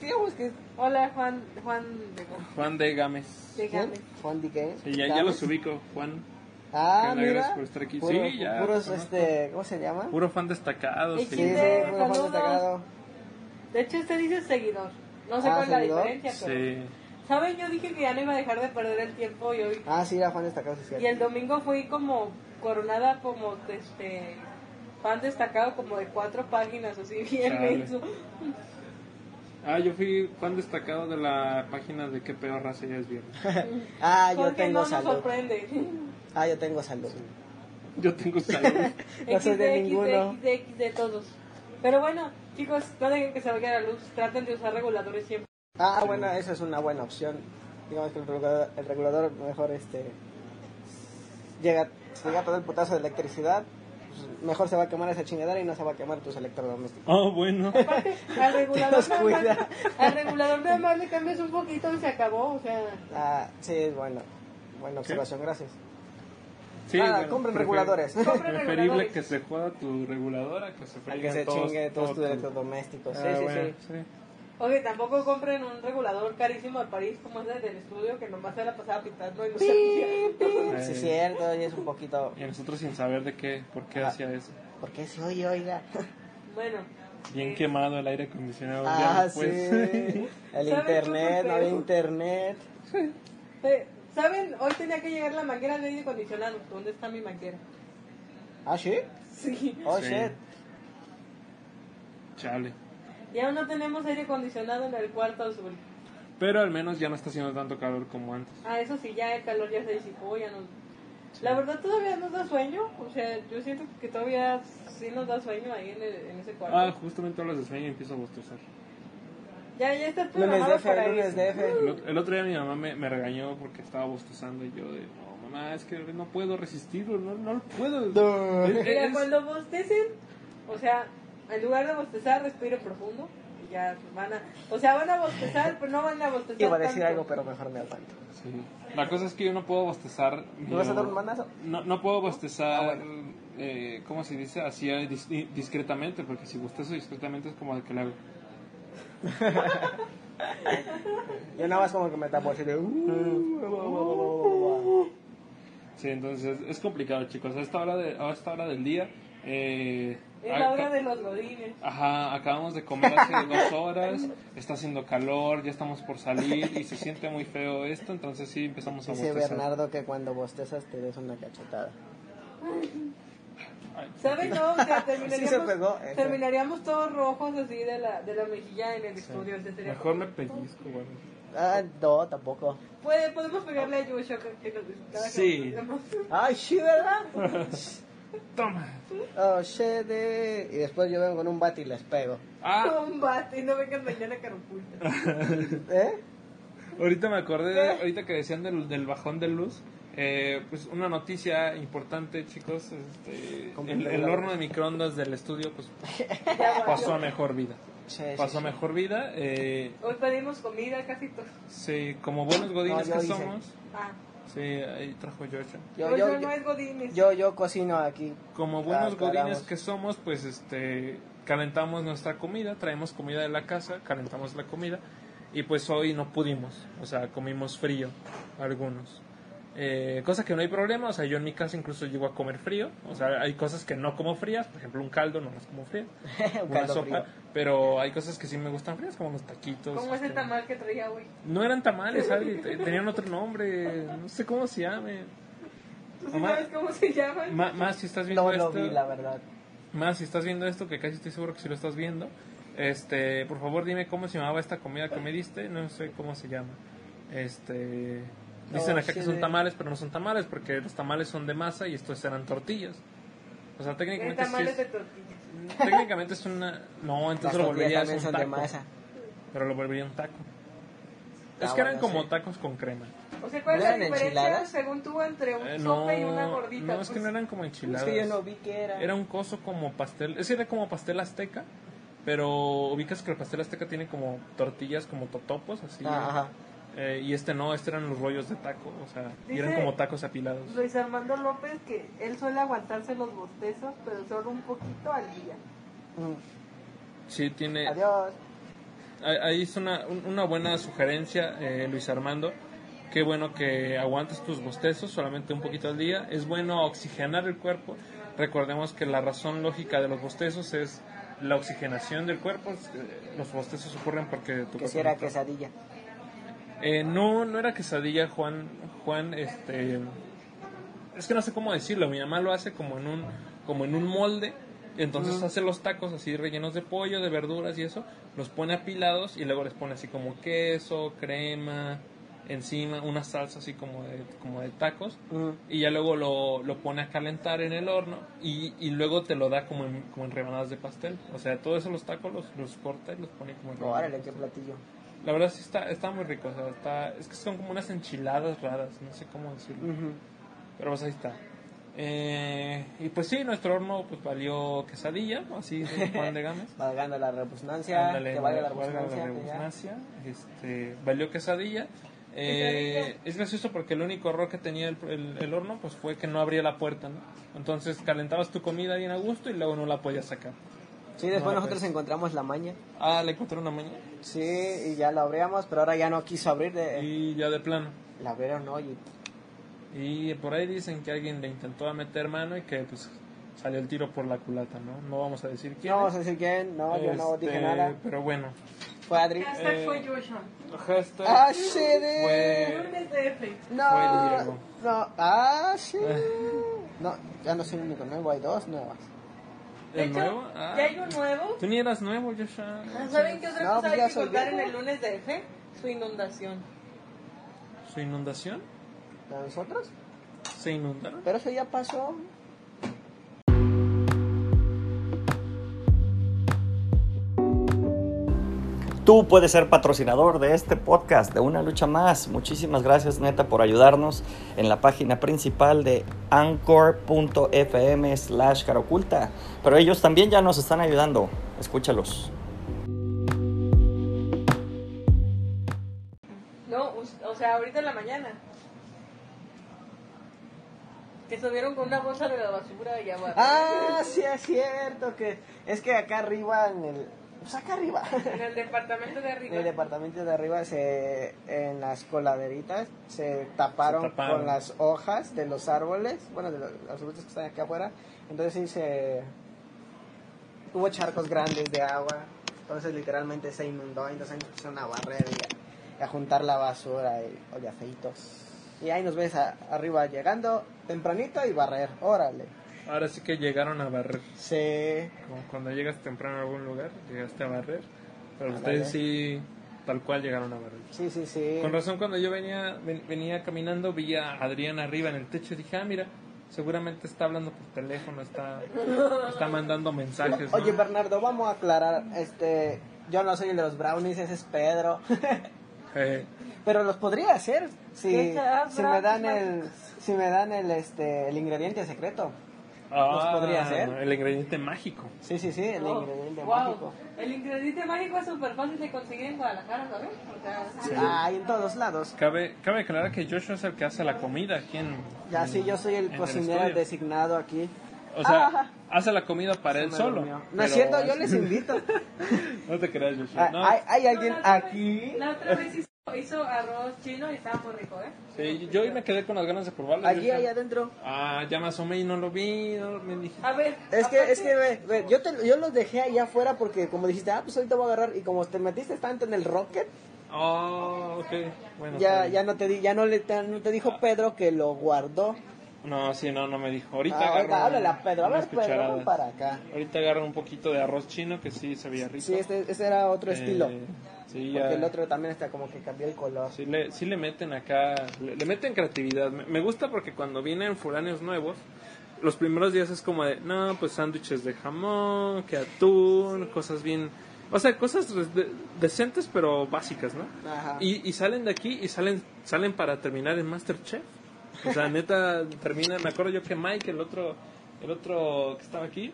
Digamos que es
Hola, Juan, Juan de
Juan de Gámez.
Dígame.
Juan Dique.
Sí, ya, ya los ubico, Juan.
Ah,
Que le
mira.
agradezco por estar aquí.
Puro-
Sí, ya,
Puros,
conozco.
este, ¿cómo se llama?
Puro fan destacado,
Y
sí,
sí.
sí,
Dice,
puro fan
saludos.
destacado.
De hecho, usted dice seguidor. No sé
Ah,
cuál es la
seguidor.
diferencia, pero.
Sí.
¿Saben? Yo dije que ya no iba a dejar de perder el tiempo y hoy.
Ah, sí, era Juan destacado, sí,
Y
cierto.
el domingo fui como coronada como este fan destacado como de cuatro páginas, así bien
Chale.
menso.
Ah, yo fui fan destacado de la página de qué peor raza ya es viernes.
Ah, yo
Porque
tengo
no nos
salud.
sorprende.
Ah, yo tengo salud.
Yo tengo salud.
No soy de
XD,
ninguno.
XD, XD, de todos. Pero bueno, chicos, no dejen que se vaya la luz. Traten de usar reguladores siempre.
Ah, bueno, esa es una buena opción. Digamos que el regulador, el regulador mejor este llega, se llega a todo el putazo de electricidad mejor se va a quemar esa chingadera y no se va a quemar tus electrodomésticos.
Ah, bueno.
Al regulador,
Dios
nada
cuida.
más, al regulador nada más le cambias un poquito y se acabó. O sea,
Ah, sí, bueno. Buena observación, gracias.
Sí,
ah,
bueno,
compren
prefer-
reguladores.
compren
Preferible
reguladores.
que se joda tu reguladora que se
A
freguen
que se
todos-
chingue todos
todo
tus
tu-
electrodomésticos. Sí,
Ah,
sí,
bueno,
sí.
Oye, tampoco compren un regulador carísimo de París como ese del estudio que nomás se la pasaba pintando y no sabía.
Eh,
Sí, es cierto, y es un poquito.
Y nosotros sin saber de qué, por qué
Ah.
hacía eso.
¿Por qué se oye, oiga?
Bueno,
Bien quemado el aire acondicionado. ya
Ah,
después.
sí. El
¿Saben
internet,
cómo
no había
fue?
internet.
eh, ¿saben? Hoy tenía que llegar la manguera de aire acondicionado. ¿Dónde está mi manguera?
¿Ah, sí?
Sí.
Oh,
Sí.
shit.
Chale.
Ya no tenemos aire acondicionado en el cuarto azul.
Pero al menos ya no está haciendo tanto calor como antes.
Ah, eso sí, ya el calor ya se disipó, ya no... La verdad todavía nos da sueño, o sea, yo siento que todavía sí nos da sueño ahí en, el- en ese cuarto.
Ah, justamente hablas de sueño y empiezo a bostezar.
Ya, ya está
Lunes
programado
DF,
para
lunes
eso.
DF.
El, ot- el otro día mi mamá me, me regañó porque estaba bostezando y yo de, no, mamá, es que no puedo resistirlo, no, no lo puedo.
No.
Es-
Mira,
es-
cuando bostecen, o sea, en lugar de bostezar, respiren profundo. Y ya van a... O sea, van a bostezar, pero no van a bostezar
Iba a decir
tanto.
algo, pero mejor me aguanto.
Sí. La cosa es que yo no puedo bostezar.
¿Me vas a
yo-
dar un manazo?
No, no puedo bostezar,
Ah,
eh, ¿cómo se dice? Así eh, dis- di- discretamente, porque si bostezo discretamente es como de que le hago.
Yo nada más como que me tapo así de. uh,
Sí, entonces es complicado, chicos. A esta hora, de, a esta hora del día. Eh,
Es la
ac-
hora de los godines.
Ajá, acabamos de comer hace dos horas, está haciendo calor, ya estamos por salir y se siente muy feo esto, entonces sí empezamos a
Dice
bostezar.
Bernardo que cuando bostezas te des una cachetada.
Ay,
¿Saben? No, o sea,
Sí se
terminaríamos,
pegó, esa.
terminaríamos todos rojos así de la, de la mejilla en el estudio. o sea, sería-
Mejor me pellizco, güey.
Ah, no, tampoco.
Puede- podemos pegarle a Joshua que- que nos cada que
Sí.
nos vemos.
Ay, sí, ¿verdad?
Toma.
Oh, shit. eh. Y después yo vengo con un bate y les pego.
Ah,
Combate, no vengas mañana a Carapulta.
¿Eh?
ahorita me acordé, de- ahorita que decían del, del bajón de luz, eh, pues una noticia importante, chicos, este, el, el horno de microondas del estudio pues pasó a mejor vida.
Sí, sí,
Pasó a
sí.
mejor vida, eh,
Hoy pedimos comida casi todos.
sí, como buenos godines
No, yo
que
hice.
somos,
Ah,
sí, ahí trajo Georgia.
Yo,
Joshua
yo,
Pues no
yo,
es godines.
yo, yo cocino aquí.
Como buenos
Ah,
godines
caramos.
que somos, pues este calentamos nuestra comida, traemos comida de la casa, calentamos la comida y pues hoy no pudimos, o sea, comimos frío algunos. Eh, cosa que no hay problema, o sea, yo en mi casa incluso llego a comer frío, o sea, hay cosas que no como frías, por ejemplo, un caldo no las como frías,
un
una
caldo
sopa,
frío.
pero hay cosas que sí me gustan frías, como los taquitos.
¿Cómo es el
este,
tamal que traía hoy?
No eran tamales, ¿sabes? Te- tenían otro nombre, no sé cómo se llame.
¿Tú sí
Omar.
sabes cómo se llama?
Ma- más si estás viendo
No
esto.
lo vi, la verdad.
Más, si estás viendo esto, que casi estoy seguro que si lo estás viendo, este, por favor dime cómo se llamaba esta comida que me diste, no sé cómo se llama. Este, dicen
No,
acá que
sí,
son
de-
tamales, pero no son tamales, porque los tamales son de masa y estos eran tortillas. O sea,
El
técnicamente, sí
tamal
es,
es de tortillas.
técnicamente es una... No,
Las
entonces lo
tortillas
volvería
también
un
son
taco.
de masa.
Pero lo volvería un taco.
Ah,
es que eran
bueno,
como
sí.
tacos con crema.
O sea, ¿cuál es la
¿Eran
diferencia
enchiladas?
según tú entre un
Eh, no,
sopa y una gordita?
no, es que
Pues,
no eran como enchiladas.
Es que yo no vi que era. Ah,
Era un coso como pastel, es que era como pastel azteca, pero ubicas que el pastel azteca tiene como tortillas, como totopos, así.
Ah, ajá.
Eh, y este no, este eran los rollos de taco, o sea, y eran
Dice-
como tacos apilados.
Luis Armando López que él suele aguantarse los bostezos, pero solo un poquito al día.
Mm.
Sí, tiene,
Adiós.
ahí ahí es una, un- una buena sugerencia, eh, Luis Armando. Qué bueno que aguantes tus bostezos solamente un poquito al día. Es bueno oxigenar el cuerpo. Recordemos que la razón lógica de los bostezos es la oxigenación del cuerpo. Es que, eh, Los bostezos ocurren porque tu
Que
cuerpo
si era
no está-
quesadilla.
Eh, no, no era quesadilla, Juan. Juan, este. Es que no sé cómo decirlo. Mi mamá lo hace como en un, como en un molde. Entonces hace los tacos así rellenos de pollo, de verduras y eso. Los pone apilados y luego les pone así como queso, crema, encima una salsa así como de, como de tacos.
Mm.
Y ya luego lo, lo pone a calentar en el horno y, y luego te lo da como en, como en rebanadas de pastel. O sea, todo eso los tacos los, los corta y los pone como en rebanadas de
Órale, qué
pastel.
platillo.
La verdad sí está, está muy rico, o sea,
Mm. Mm-hmm.
está, es que son como unas enchiladas raras, no sé cómo decirlo.
Ujú.
Pero pues ahí está. Eh, y pues sí, nuestro horno pues valió quesadilla, así de Juan de Gámez.
Valgando la repugnancia,
Ándale,
que valga la
valga
repugnancia. que ya.
repugnancia, este, valió quesadilla. Eh, es gracioso porque el único error que tenía el, el- el horno pues fue que no abría la puerta, ¿no? Entonces calentabas tu comida bien a gusto y luego no la podías sacar.
Sí, después
No,
nosotros
pues.
encontramos la maña.
Ah, la encontré una mañana
Sí, y ya la abríamos, pero ahora ya no quiso abrir. De,
y ya de plano.
La abrieron hoy.
Y por ahí dicen que alguien le intentó meter mano y que pues salió el tiro por la culata, ¿no? No vamos a decir quién.
No vamos a decir quién, no, yo no
Este,
dije nada.
Pero bueno.
Fue Adri.
Hashtag
Eh,
fue Joshua. este,
Hashtag
¡Ah, shit!
fue-
Lunes de F.
No,
fue Diego.
no, ¡ah, shit! No, ya no soy el único nuevo, hay dos nuevas.
De
¿El
hecho,
nuevo? Ah.
ya hay un nuevo.
Tú ni eras nuevo, Joshua.
Ah, ¿Saben qué otra
No, pues
cosa
ya
hay que
soy
contar en
viejo.
el lunes de F? Su inundación.
¿Su inundación?
¿La de nosotros?
¿Se inundaron?
Pero eso ya pasó.
Tú puedes ser patrocinador de este podcast, de Una Lucha Más. Muchísimas gracias, neta, por ayudarnos en la página principal de anchor.fm slash caroculta. Pero ellos también ya nos están ayudando. Escúchalos.
No, us- o sea, ahorita en la mañana. Que subieron con una bolsa de la basura y agua.
¡Ah, sí es cierto! que Es que acá arriba, en el. Pues acá arriba.
En el departamento de
En
arriba.
el departamento de arriba, se, en las coladeritas, se taparon,
Se taparon.
con las hojas de los árboles, bueno, de los, los arbustos que están acá afuera. Entonces sí se... Hubo charcos grandes de agua, entonces literalmente se inundó, entonces empezaron a barrer y a, a juntar la basura y oye, feitos. Y ahí nos ves a- arriba llegando tempranito y barrer, órale.
Ahora sí que llegaron a barrer.
Se...
Como cuando llegas temprano a algún lugar, llegaste a barrer. Pero
A
ustedes
barrer.
sí, tal cual llegaron a barrer.
Sí, sí, sí.
Con razón, cuando yo venía, ven- venía caminando, vi a Adrián arriba en el techo y dije, ah, mira, seguramente está hablando por teléfono, está, está mandando mensajes. ¿no?".
Oye, Bernardo, vamos a aclarar, este... Yo no soy el de los brownies, ese es Pedro.
Eh,
Pero los podría hacer si,
¿Qué será?
si me dan
Brownies
el si me dan el este el ingrediente secreto.
ah,
podría hacer?
El ingrediente mágico.
Sí, sí, sí, el
Oh,
ingrediente
wow.
mágico.
El ingrediente mágico es súper fácil de conseguir en Guadalajara, ¿sabes? O sea,
Ah, y en todos lados.
Cabe, cabe aclarar que Joshua es el que hace la comida aquí en.
Ya
en-
sí, yo soy
en
el cocinero
estudio.
designado aquí.
O sea,
Ah.
hace la comida para él
Me
solo.
durmió. No
pero
es cierto, yo
es-
les invito.
No te creas, Joshua.
Ah,
No,
¿Hay, hay alguien
No, la otra
aquí?
vez- La otra vez hizo, hizo arroz chino y estaba muy rico, ¿eh?
sí, yo hoy me quedé con las ganas de probarlo.
Allí,
Joshua.
allá adentro.
Ah, ya me asomé y no lo vi. No lo- me dije.
A ver.
Es que,
aparte-
es que, ve, ve, yo, te, yo los dejé allá afuera porque como dijiste, ah, pues ahorita voy a agarrar y como te metiste tanto en el rocket,
Oh, ok. Bueno, está
ya,
bien.
ya no te di, ya no le te- no te
Ah.
dijo Pedro que lo guardó.
No, sí, no, no me dijo. Ahorita
Ah,
agarro.
ahorita háblale a
un-
Pedro, a
unas
ver Pedro, ven
cucharadas.
para acá.
Ahorita agarro un poquito de arroz chino que sí se veía rico.
Sí, este, ese era otro
Eh,
estilo.
Sí, ya.
Porque el otro también está como que cambió el color.
Sí le, sí le meten acá, le, le meten creatividad. Me, me gusta porque cuando vienen foráneos nuevos, los primeros días es como de, no, pues sándwiches de jamón, que atún, cosas bien... O sea, cosas de- decentes pero básicas, ¿no?
Ajá.
Y, y salen de aquí y salen salen para terminar en Masterchef. O sea, neta, termina, me acuerdo yo que Mike, el otro, el otro que estaba aquí,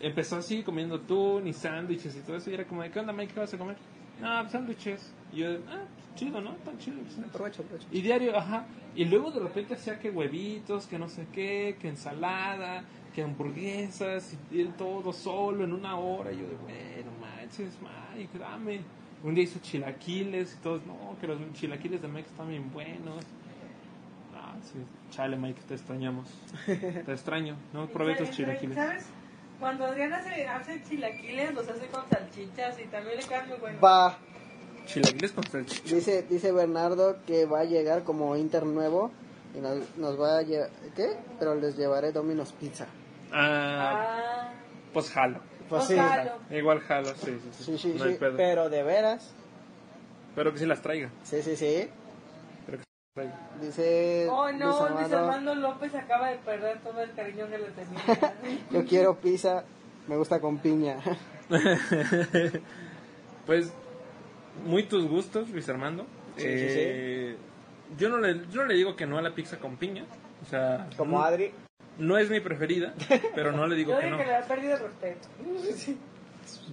empezó así comiendo atún y sándwiches y todo eso. Y era como, de, ¿qué onda Mike? ¿Qué vas a comer? Ah, pues, sándwiches. Y yo, ah, chido, ¿no? Tan chido. pues, sándwiches".
Aprovecho, aprovecho.
Y diario, ajá. Y luego de repente hacía que huevitos, que no sé qué, que ensalada, que hamburguesas, y él todo solo en una hora. Y yo de, bueno, manches, Mike, dame. Un día hizo chilaquiles y todos, no, que los chilaquiles de Mike están bien buenos. Ah, sí, chale, Mike, te extrañamos. Te extraño, no probé tus chilaquiles.
¿Sabes? Cuando Adriana hace, hace chilaquiles, los hace con salchichas y también le quedan muy buenos.
Va,
Chilaquiles con salchicha.
dice, dice Bernardo que va a llegar como Inter nuevo y nos, nos va a llevar, ¿qué? Pero les llevaré Domino's Pizza.
Ah,
Ah,
pues jalo.
Pues
O
sí,
sea,
Igual jalo, sí, sí, sí.
sí, sí,
no
sí,
hay pedo. Pero...
pero de veras,
que sí las traiga.
sí, sí, sí.
Pero que sí las traiga.
Dice
Oh
Eh, Luis
no, Luis
Armando,
Armando López acaba de perder todo el cariño que le tenía.
yo quiero pizza, me gusta con piña.
pues muy tus gustos, Luis Armando.
Sí, sí,
Eh, Yo no, le, yo no le digo que no a la pizza con piña. O sea,
Como
no-
Adri,
No es mi preferida, pero no le digo
Yo
que
dije
no.
que le había perdido el respeto.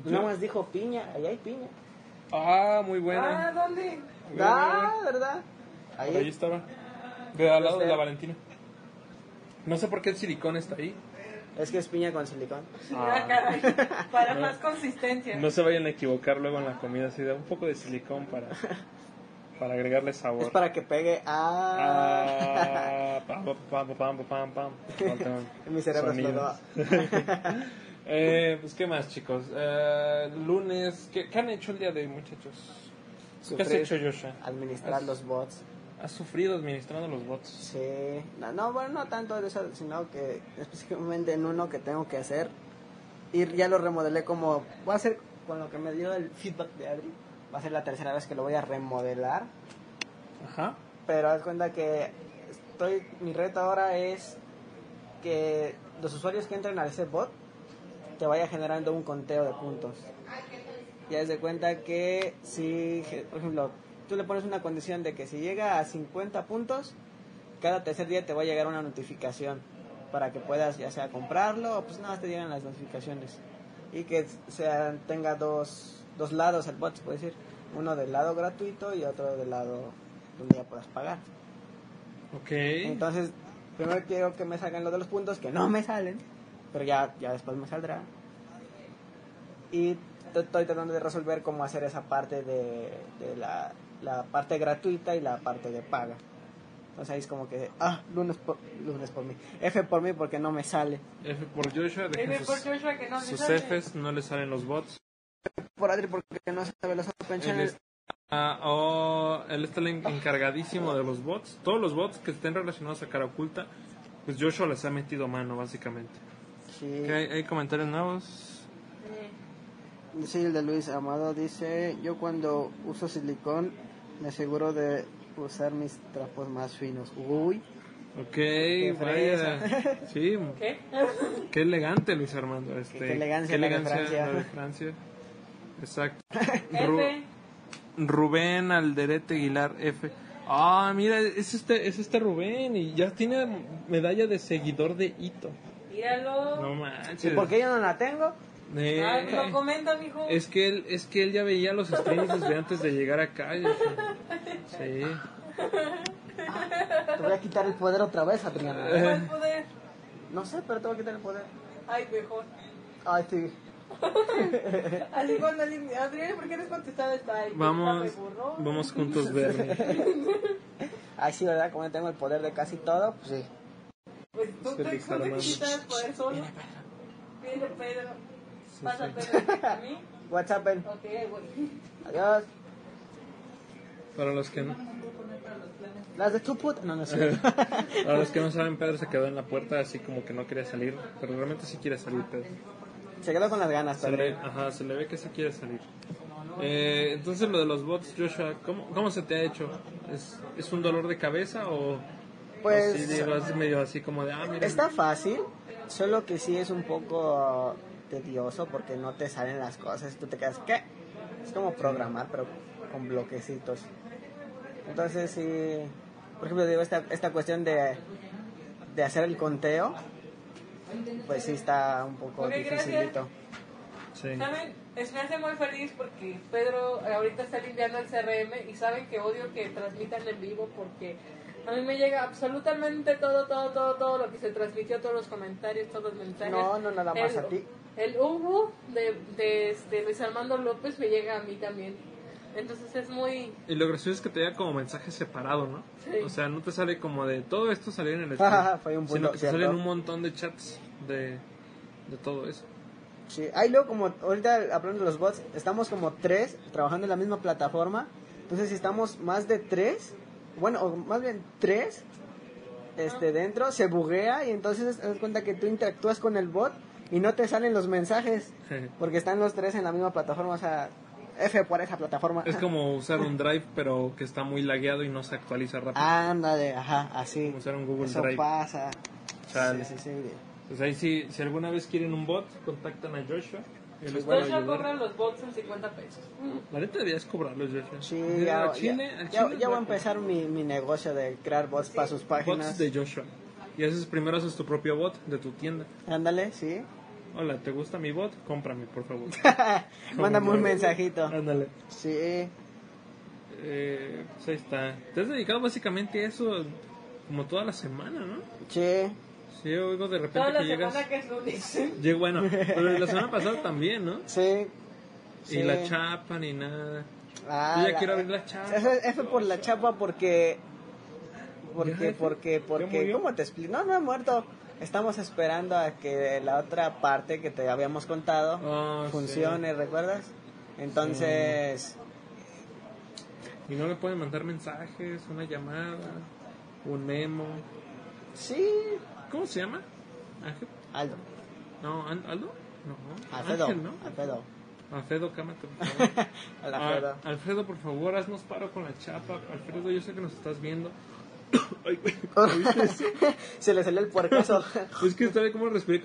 Nada más dijo piña, ahí hay piña.
Ah, muy buena.
Ah, ¿dónde?
Muy buena.
Ah, ¿verdad?
Por ahí
Ahí.
estaba. De al lado de la
Grosero.
Valentina. No sé por qué el silicón está ahí.
Es que es piña con silicón.
Ah, caray. Para más consistencia.
No se vayan a equivocar luego en la comida. Así de un poco de silicón para, para agregarle sabor.
Es para que pegue a...
Ah, pam, pam, pam, pam, pam, pam. Faltan
Mi cerebro
sonidos.
explotó.
Eh, pues, ¿qué más, chicos? Eh, lunes, ¿qué, qué han hecho el día de hoy, muchachos? ¿Qué has
Sufrir,
hecho, Joshua?
Administrar
Has-
los bots.
¿Has sufrido administrando los bots?
Sí. No, no, bueno, no tanto de eso, sino que específicamente en uno que tengo que hacer. Y ya lo remodelé como... Voy a hacer con lo que me dio el feedback de Adri. Va a ser la tercera vez que lo voy a remodelar.
Ajá.
Pero haz cuenta que estoy, mi reto ahora es que los usuarios que entren a ese bot te vaya generando un conteo de puntos. Y haz de cuenta que si, je- por ejemplo, tú le pones una condición de que si llega a 50 puntos, cada tercer día te va a llegar una notificación para que puedas ya sea comprarlo o pues nada, más te llegan las notificaciones. Y que sea, tenga dos, dos lados el bot, se puede decir. Uno del lado gratuito y otro del lado donde ya puedas pagar.
Ok.
Entonces, primero quiero que me salgan los de los puntos que no me salen, pero ya, ya después me saldrá. Y t- estoy tratando de resolver cómo hacer esa parte de, de la, la parte gratuita y la parte de paga. Entonces ahí es como que, ah, lunes por, lunes por mí. F por mí porque no me sale.
F por Joshua, dejen
Dime por
sus,
Joshua que no me
sus
sale.
Fs, no le salen los bots.
Por Adri porque no sabe los
Él
Open Channel.
está, oh, él está el en- encargadísimo de los bots. Todos los bots que estén relacionados a cara oculta, pues Joshua les ha metido mano, básicamente.
Sí.
¿Qué hay, hay comentarios nuevos?
Sí, el de Luis Amado dice, yo cuando uso silicón me aseguro de usar mis trapos más finos. Uy,
Ok, vaya.
fresa.
Sí,
¿Qué?
Qué elegante, Luis Armando. Este,
qué elegancia la de Francia.
la de Francia. Exacto. Ru-
F.
Rubén Alderete Aguilar F. Ah, mira, es este, es este Rubén y ya tiene medalla de seguidor de Hito.
Míralo.
No manches.
¿y por qué yo no la tengo?
Eh,
Ay, lo comenta, mijo.
es que él, es que él ya veía los streams desde antes de llegar acá. y dije, Sí.
Te voy a quitar el poder otra vez, Adriana.
¿Cuál poder?
No sé, pero te voy a quitar el poder.
Ay, mejor.
Ay, sí.
Así cuando alguien me- Adriana, ¿por qué no has contestado esta? Ay,
Vamos,
puta, me borró.
vamos juntos, Bernie.
Ay, sí, ¿verdad? Como yo tengo el poder de casi todo, pues sí.
Pues tú
que
te,
Luis
tú te
Armando-
quitas el poder solo. Viene Pedro. Pasa Pedro. ¿A mí?
What's happened?
Ok, güey.
Adiós.
Para los que no.
Las de tu puta. No, no sé.
Para los que no saben, Pedro se quedó en la puerta así como que no quería salir, pero realmente sí quiere salir, Pedro.
Se quedó con las ganas,
Se le,
Pedro.
ajá, se le ve que sí quiere salir. Eh, entonces lo de los bots, Joshua, ¿cómo, cómo se te ha hecho? ¿Es, es un dolor de cabeza o...?
Pues-
o sí vas medio así como de, ah, mira,
Está fácil, solo que sí es un poco tedioso porque no te salen las cosas. Tú te quedas, ¿qué? Es como programar, pero con bloquecitos. Entonces, sí. Por ejemplo, digo, esta, esta cuestión de, de hacer el conteo, pues sí está un poco
Ok, gracias.
dificilito.
sí.
¿Saben? Es, me hace muy feliz porque Pedro ahorita está limpiando el CRM y saben que odio que transmitan en vivo porque a mí me llega absolutamente todo, todo, todo, todo lo que se transmitió, todos los comentarios, todos los mensajes.
No, no, nada más
El-
a ti.
El ubu de, de, este Luis Armando López me llega a mí también. Entonces es muy...
Y lo gracioso es que te llega como mensaje separado, ¿no?
Sí.
O sea, no te sale como de, todo esto salió en el
Ajá,
stream,
fue un punto,
sino que te
¿cierto?
salen un montón de chats de, de todo eso.
Sí, ahí luego como ahorita hablando de los bots, estamos como tres trabajando en la misma plataforma. Entonces si estamos más de tres, bueno, o más bien tres, este dentro, se buguea y entonces te das cuenta que tú interactúas con el bot y no te salen los mensajes. Porque están los tres en la misma plataforma, o sea, F por esa plataforma.
Es como usar un drive, pero que está muy lagueado y no se actualiza rápido.
Ah. Ándale, ajá, así.
Como usar un Google
Eso
Drive.
pasa.
Chale.
Sí, sí, sí.
Pues ahí sí, si alguna vez quieren un bot, contactan a Joshua. Él les puede
Yo ya
ayudar.
cobra los bots en 50 pesos.
La neta deberías cobrarlos, Joshua.
Sí,
Mira,
ya,
al chile-
ya-
al
ya-
chile
ya voy a
voy a
empezar mi, mi negocio de crear bots para sus
comprar
páginas.
Bots de Joshua. Y haces primero haces tu propio bot de tu tienda.
Ándale, sí.
Hola, ¿te gusta mi bot? Cómprame, por favor.
Mándame un mensajito.
Ándale.
Sí.
Eh, pues ahí está. Te has dedicado básicamente a eso como toda la semana, ¿no?
Sí.
Sí, oigo de repente
Toda la
que llegas.
semana que es lunes.
Lleg- bueno, pero la semana pasada también, ¿no?
Sí. sí.
Y la chapa ni nada.
Ah,
Yo ya quiero abrir la chapa.
Eso, eso por la chapa porque...
Ya,
Porque,
ya.
porque,
¿Ya
porque,
murió?
¿cómo te explico? No, no ha muerto. Estamos esperando a que la otra parte que te habíamos contado
Ah,
funcione, ¿recuerdas? Entonces,
sí. Y no le pueden mandar mensajes, una llamada, un memo.
sí.
¿Cómo se llama? Ángel.
Aldo,
No, An- Aldo. No.
Alfredo,
Ángel, Ah, ¿no?
Alfredo.
Alfredo, cámate, por favor.
Hola,
Ah,
Alfredo.
Alfredo, por favor, haznos paro con la chapa. Alfredo, yo sé que nos estás viendo. Ay, güey.
Se le salió el puercazo.
Es que sabe cómo respiré.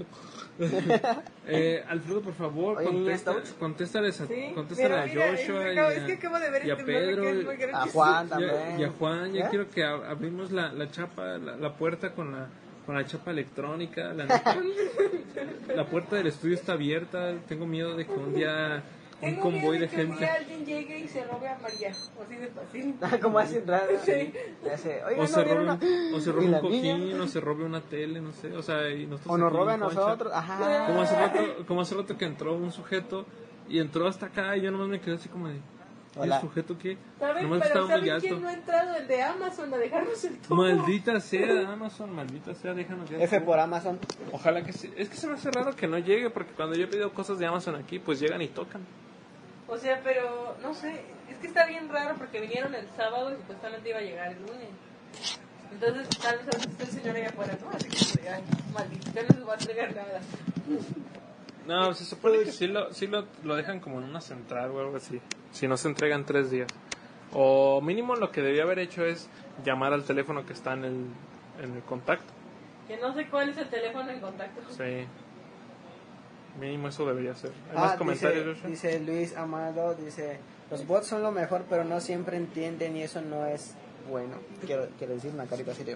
eh, Alfredo, por favor,
Oye, niña,
contesta,
¿estamos?
contéstales a,
Sí,
contéstale
pero
a
mira, es que
Joshua.
acabo-
y a-
es que acabo de ver
y a
este meme que
Pedro.
es muy
y-
A Juan
y a-
también. ¿Eh?
Y a Juan, yo
¿Ya?
quiero que ab- abrimos la, la chapa, la, la puerta con la, con la chapa electrónica. La, neta. la puerta del estudio está abierta. Tengo miedo de que un día un
Tengo miedo
convoy
de
de
que un día
gente.
alguien llegue y se robe a María. Así de fácil.
Como hace raro.
Sí.
Ya sé.
O
Oigan,
se,
¿no vieron
robe,
a-
un- o se robe
y
un
la niña?
cojín, o se robe una tele, no sé. O sea, y nosotros
O nos
aquí en
roban a
Concha.
nosotros. Ajá.
Como hace rato, como hace rato que entró un sujeto y entró hasta acá y yo nomás me quedé así como de ¿y
Hola.
el sujeto que
¿Saben?
nomás
Pero
estaba muy
¿saben quién no ha
alto.
entrado? El de Amazon a dejarnos el tubo.
Maldita sea Amazon, maldita sea, déjanos ya.
F por Amazon.
Ojalá que sí. Es que se me hace raro que no llegue porque cuando yo he pedido cosas de Amazon aquí, pues llegan y tocan.
O sea, pero no sé. Es que está bien raro porque vinieron el sábado y supuestamente iba a llegar el lunes. Entonces, tal vez ahorita está el señor allá afuera, ¿no? Así que, ay, maldito, ya no les voy a entregar nada.
No, se supone Eh, que sí lo, sí lo, lo dejan como en una central o algo así. Si no se entregan tres días. O mínimo lo que debía haber hecho es llamar al teléfono que está en el, en el contacto.
Que no sé cuál es el teléfono en contacto.
Sí. Mínimo eso debería ser. ¿Hay
Ah,
más
dice-
comentarios, ¿eh?
dice,
Joshua?
Luis Amado, dice, los bots son lo mejor, pero no siempre entienden y eso no es bueno. Quiero, quiero decir una carita seria.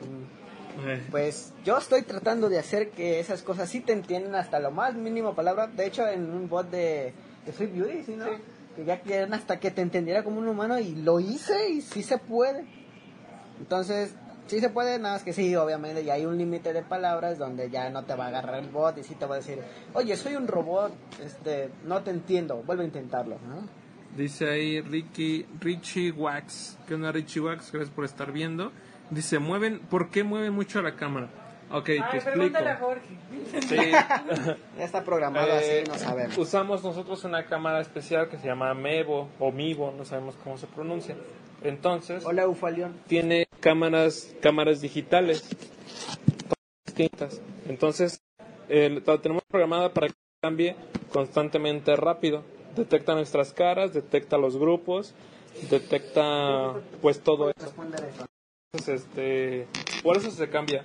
Eh,
Pues yo estoy tratando de hacer que esas cosas sí te entiendan hasta lo más mínimo palabra. De hecho, en un bot de, de Free Beauty, ¿sí, no? Que ya quieren hasta que te entendiera como un humano y lo hice y sí se puede. Entonces, sí se puede, nada más que sí, obviamente, ya hay un límite de palabras donde ya no te va a agarrar el bot y sí te va a decir, oye, soy un robot, este, no te entiendo, vuelve a intentarlo. ¿no?
Dice ahí Ricky, Richie Wax. ¿Qué onda Richie Wax? Gracias por estar viendo. Dice, mueven, ¿por qué mueven mucho la cámara? Ok, te
Ay,
explico.
pregúntale a Jorge.
Sí.
Ya está programado
Eh,
así, no sabemos.
Usamos nosotros una cámara especial que se llama Mevo o Mivo, no sabemos cómo se pronuncia. Entonces,
Hola, Ufalión.
tiene cámaras cámaras digitales distintas. Entonces, eh, la tenemos programada para que cambie constantemente rápido. Detecta nuestras caras, detecta los grupos, detecta pues todo eso.
Responde de eso.
Entonces, este, por eso se cambia.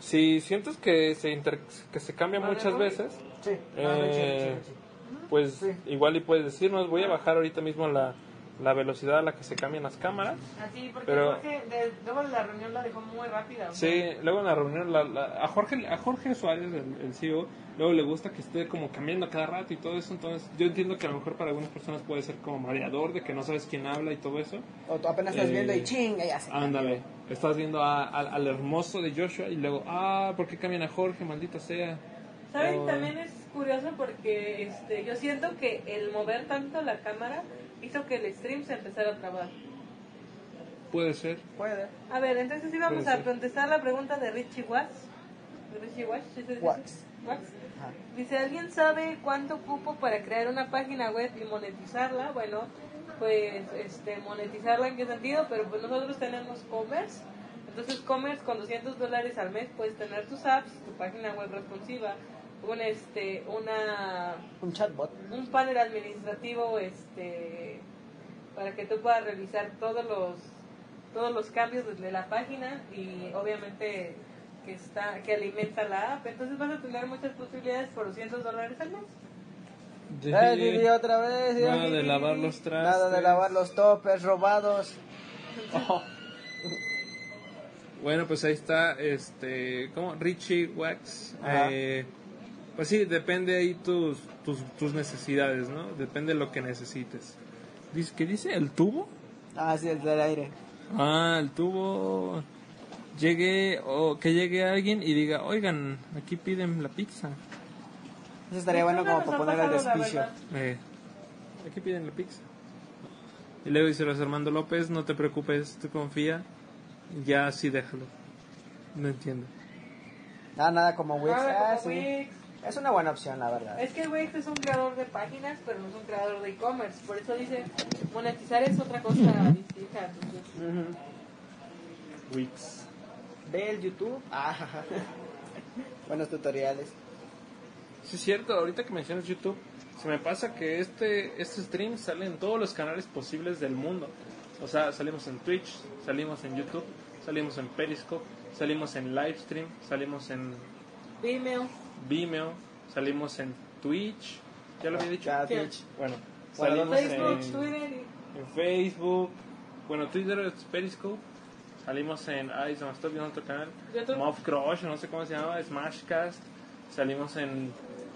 Si sientes que se inter- que se cambia muchas veces,
Sí, Ah, Richie, Richie,
eh,
Richie.
pues
Sí.
igual y puedes decirnos, voy a bajar ahorita mismo la, la velocidad a la que se cambian las cámaras.
Así, Ah, porque
Pero-
Jorge, de- luego la reunión la dejó muy rápida.
Sí, Eh, luego en la reunión la- la- a Jorge a Jorge Suárez, el, el CEO, luego le gusta que esté como cambiando cada rato y todo eso, entonces yo entiendo que a lo mejor para algunas personas puede ser como mareador de que no sabes quién habla y todo eso.
O tú apenas estás
Eh,
viendo y chinga, ya se
Ándale, estás viendo a- al- al hermoso de Joshua y luego, ah, ¿por qué cambian a Jorge, maldita sea?
¿Saben?
O-
También es curioso porque este, yo siento que el mover tanto la cámara hizo que el stream se empezara a trabar.
Puede ser.
puede.
A ver, entonces íbamos
Puede
a
ser.
contestar la pregunta de Richie Watts. Richie Watts, ¿sí se dice?
Watts.
Watts.
Ajá.
Dice, ¿alguien sabe cuánto cupo para crear una página web y monetizarla? Bueno, pues este, monetizarla en qué sentido, pero pues nosotros tenemos commerce. Entonces commerce con 200 dólares al mes puedes tener tus apps, tu página web responsiva, un, este, una,
Un chatbot.
un panel administrativo este para que tú puedas revisar todos los todos los cambios desde la página y obviamente que está que alimenta la app entonces vas a tener muchas posibilidades por 200 dólares al mes
Eh, Didi, otra vez. Didi.
Nada de lavar los trastes.
Nada de lavar los topes robados.
Bueno, pues ahí está, este, ¿cómo? Richie Wax.
Ajá.
Eh, pues sí, depende ahí tus, tus, tus necesidades, ¿no? Depende lo que necesites. Dice- ¿Qué dice? ¿El tubo?
Ah, sí, el del aire.
Ah, el tubo. Llegue, o que llegue alguien y diga, oigan, aquí piden la pizza.
Eso estaría bueno como para poner al despicio.
Eh, aquí piden la pizza. Y luego dice los Armando López, no te preocupes, tú confía, ya así déjalo. No entiendo.
Nada, nada como Wix.
Ah,
Ah,
como
sí.
Wix.
Es una buena opción, la verdad.
Es que Wix es un creador de páginas, pero no es un creador de e-commerce. Por eso dice, monetizar es otra cosa distinta. entonces,
Ujú.
Wix.
Ve el YouTube. Ah, jaja. Buenos tutoriales.
Sí, es cierto, ahorita que mencionas YouTube, se me pasa que este, este stream sale en todos los canales posibles del mundo. O sea, salimos en Twitch, salimos en YouTube, salimos en Periscope, salimos en Livestream, salimos en
Vimeo.
Vimeo, salimos en Twitch, ya lo había dicho.
Ya,
¿Qué?
Twitch.
Bueno,
Bueno,
salimos
Facebook,
en,
Twitter y...
en Facebook, bueno, Twitter, Periscope, salimos en, ay, se me está olvidando otro canal,
YouTube.
Mob Crush, no sé cómo se llamaba, Smashcast, salimos en...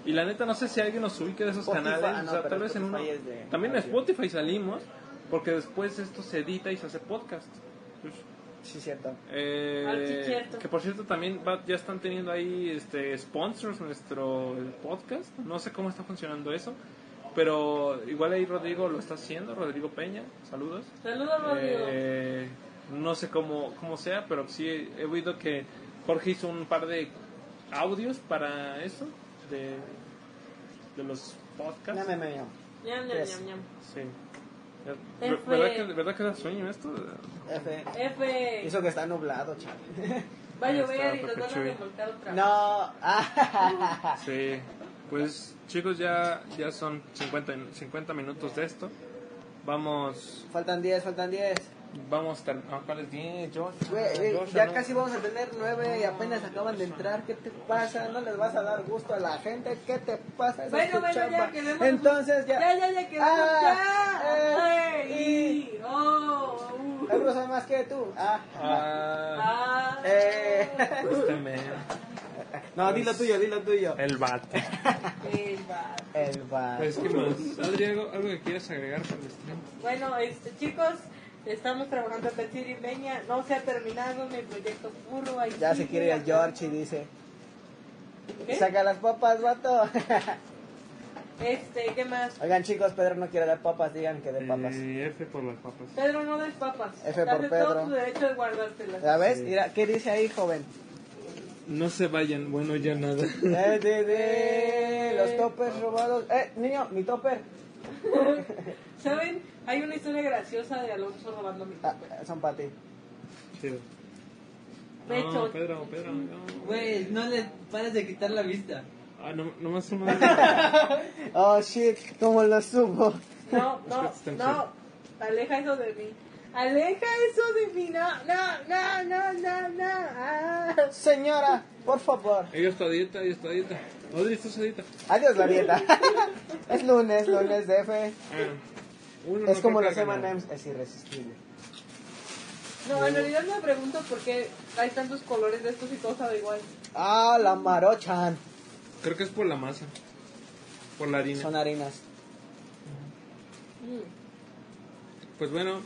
Y la neta, no sé si alguien nos ubique de esos
Spotify,
canales,
ah, no,
o sea,
pero
tal vez en uno...
Spotify es de
También en
audio.
Spotify salimos, porque después esto se edita y se hace podcast. Pues,
Sí, cierto.
eh,
Al sí, cierto.
que por cierto también va- ya están teniendo ahí este sponsors nuestro podcast. No sé cómo está funcionando eso, pero igual ahí Rodrigo lo está haciendo, Rodrigo Peña, saludos.
Saludos, Rodrigo.
Eh, no sé cómo, cómo sea, pero sí he, he oído que Jorge hizo un par de audios para eso, de, de los podcasts.
No me meo.
Ñam, ñam,
tres.
ñam, ñam.
Sí. Ver-
F.
¿Verdad que, ¿Verdad que da sueño esto?
F.
F.
Eso que está nublado, chaval.
Va a
Ahí está,
llover y nos
Pepe
van a
Chuy.
remontar otra vez.
No. Ah,
Sí, pues chicos, ya, ya son 50, en- 50 minutos de esto. Vamos,
faltan 10, faltan 10.
vamos, tal, no, ¿cuál es 10? Josh,
Güey, eh,
Josh,
ya
no.
casi vamos a tener 9 y apenas acaban de entrar. ¿Qué te pasa? ¿No les vas a dar gusto a la gente? ¿Qué te pasa? Esa es
Bueno,
tu
bueno, ya,
chamba.
quedemos-
Entonces ya.
Ya, ya, ya, que
Ah,
ya.
eh,
Ey, oh, uh,
Algunos saben más que tú. Ah.
Ah,
ah,
Eh.
este men,
No, dilo tuyo, dilo tuyo.
el vato.
Ey, va.
El va.
Pues, ¿qué más? Adri, ¿algo, algo que quieras agregar para el stream?
Bueno, este, chicos, estamos trabajando en Betty y Peña. No se ha terminado mi proyecto puro. Ahí
Ya se
sigue.
quiere ir al George y dice:
¿Qué?
Saca las papas, vato.
Este, ¿qué más?
Oigan, chicos, Pedro no quiere dar papas. Digan que de papas.
Eh, F por las papas.
Pedro, no des papas.
F por
Date
Pedro. Ah.
todo tu derecho de guardártelas.
¿La ves? Mira, ¿qué dice ahí, joven?
No se vayan, bueno, ya nada.
Eh, de, de, los toppers robados. Eh, niño, mi topper.
¿Saben? Hay una historia graciosa de Alonso robando mi
Ah,
papel.
son para ti.
Chido.
De hecho,
No, Ah, Pedro, Pedro, no.
Güey, no le pares de quitar la vista.
Ah, no, nomás uno. de-
Oh shit, ¿cómo lo supo?
no, no,
Espérate, está
no, aleja eso de mí. Aleja eso de mí, no, no, no, no, no, no. Ah.
Señora, por favor.
Ella está a dieta, ella está a dieta. Adri, estás a dieta.
Adiós la dieta. es lunes, lunes de F.
Ah, uno
Es
no
como
creo
los
que haga nada.
M&M's, es irresistible.
No, en realidad me pregunto por qué hay tantos colores de estos y todo sabe igual.
Ah, la marochan.
Creo que es por la masa. Por la harina.
Son harinas.
Mm.
Pues bueno,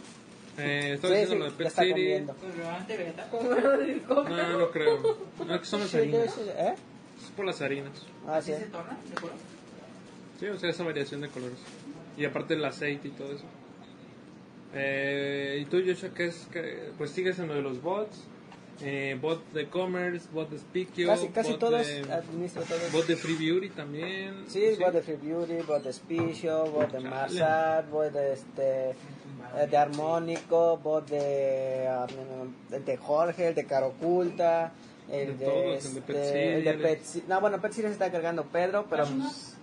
eh, estaba
Sí,
diciendo
sí,
lo de
la
Pet
está
City.
comiendo.
Como lo dijo.
No, no creo. No, que son las
Sí, sí,
harinas.
sí, ¿Eh?
Es por las harinas.
Ah, sí.
¿Sí se torna? ¿De color?
Sí, o sea, esa variación de colores. Y aparte el aceite y todo eso. Eh, y tú, Joshua, que es? que Pues sigues en lo de los bots. Eh, bot de commerce, bot de Speakio.
Casi, casi
bot
todos
De,
administro todos.
bot de Free Beauty también.
Sí, voy de Free Beauty, voy de Spicio, voy de Marsat, voy de este eh, de Armónico, voy de, ah, mm, el de Jorge, el de Caro Oculta, el
De
de,
todos, el de Pet
este, el de
Series.
Pet Se- No, bueno, Pet Series está cargando Pedro, pero pues,